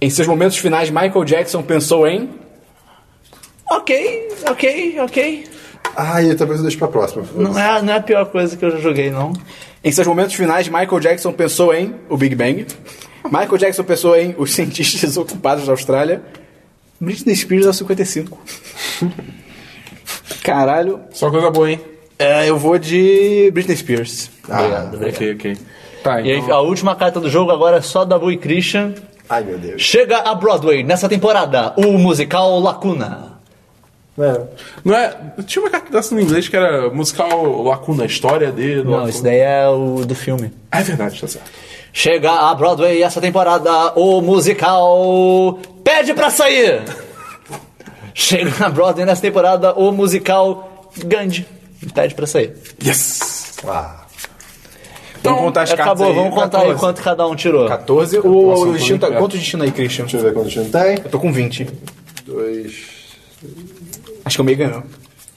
C: Em seus momentos finais, Michael Jackson pensou em...
A: Ok, ok, ok.
D: Ah, e talvez eu deixe pra próxima.
A: Não é, não é a pior coisa que eu já joguei, não.
C: Em seus momentos finais, Michael Jackson pensou em o Big Bang. Michael Jackson pensou em os cientistas ocupados da Austrália. Britney Spears aos 55. Caralho.
B: Só coisa boa, hein?
C: É, eu vou de Britney Spears.
D: Tá.
A: Obrigado, obrigado.
B: Ok, ok.
C: Ah,
B: Tá,
A: E
C: então.
A: aí, a última carta do jogo agora é só Dabu e Christian.
D: Ai, meu Deus.
A: Chega a Broadway nessa temporada, o musical Lacuna.
D: É.
B: Não é. Tinha uma carta dessa no inglês que era musical Lacuna, história dele.
A: Não,
B: Lacuna.
A: isso daí é o do filme.
B: Ah, É verdade, tá certo.
A: Chega a Broadway essa temporada o musical Pede Pra Sair. Chega a Broadway nessa temporada o musical Gandhi. Pede Pra Sair.
B: Yes!
D: Ah.
C: Então, vamos contar as cartas
A: Acabou,
C: aí.
A: vamos contar
C: 14.
A: aí quanto cada um tirou.
C: 14. O
B: Nossa,
C: destino tá...
B: muito
C: Quanto destino aí, Christian?
D: Deixa eu ver quanto time tem.
C: Eu tô com 20.
D: Dois.
C: Acho que o meio ganhou.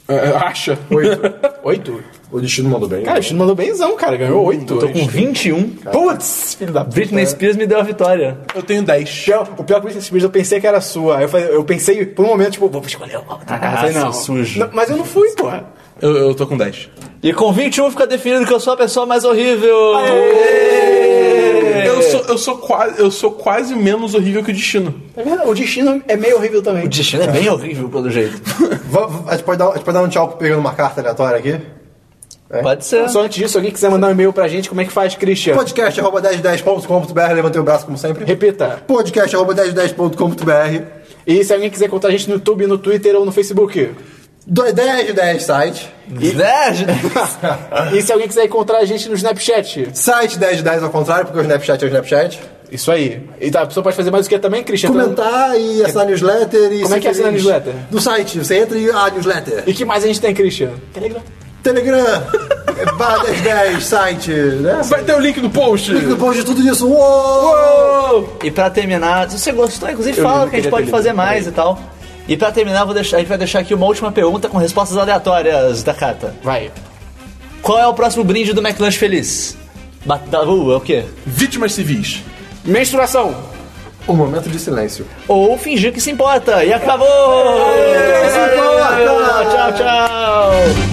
B: É, acha?
C: Oito. Oito?
D: O destino mandou bem. Hum,
C: Cara, o Chino mandou benzão, cara. Ganhou oito.
A: Tô com 21.
C: Putz, filho da puta.
A: Britney Spears me deu a vitória.
B: Eu tenho 10.
C: Pior- O pior que Britney Spears, eu pensei que era sua. Aí Eu, falei, eu pensei por um momento, tipo, vou escolher uma outra
D: Ah,
C: cara. Eu falei,
A: seu
C: não.
A: sujo.
C: Não, Mas eu não fui, porra.
B: Eu, eu tô com 10.
A: E com 21 fica definido que eu sou a pessoa mais horrível.
B: Eu sou, eu, sou quase, eu sou quase menos horrível que o destino.
C: É verdade, O destino é meio horrível também.
A: O destino é bem horrível, pelo jeito.
D: Va- va- A gente pode dar, a gente pode dar um tchau pegando uma carta aleatória aqui?
A: Pode ser.
C: É. Só antes disso, se alguém quiser mandar um e-mail pra gente, como é que faz, Christian?
D: Podcast arroba 1010.com.br, levantei o braço como sempre.
C: Repita.
D: Podcast arroba 1010.com.br.
C: E se alguém quiser contar a gente no YouTube, no Twitter ou no Facebook.
D: Do- 10 de 10 site.
A: Né?
C: E se alguém quiser encontrar a gente no Snapchat.
D: Site 10 de 10 ao contrário, porque o Snapchat é o Snapchat.
C: Isso aí. E tá, a pessoa pode fazer mais o que também, Christian? Então,
D: Comentar e assinar a newsletter. E
C: Como é que
D: ser
C: assina a
D: feliz.
C: newsletter?
D: Do site, você entra e a newsletter.
C: E que mais a gente tem, Christian? Telegram.
D: Telegram, barra 1010, site, né?
B: Vai ter o link do post!
D: Depois de tudo isso, uou!
A: E pra terminar, se você gostou, inclusive
C: Eu
A: fala
C: lembro
A: que a gente
C: que
A: pode
C: já
A: fazer
C: tem
A: mais e tal. E pra terminar, eu vou deixar- a gente vai deixar aqui uma última pergunta com respostas aleatórias da carta.
C: Vai.
A: Qual é o próximo brinde do McLanche Feliz? Bata- uh, é o quê?
B: Vítimas civis.
C: Menstruação.
D: Um momento de silêncio.
A: Ou fingir que se importa. E acabou!
D: se importa!
A: Tchau, tchau!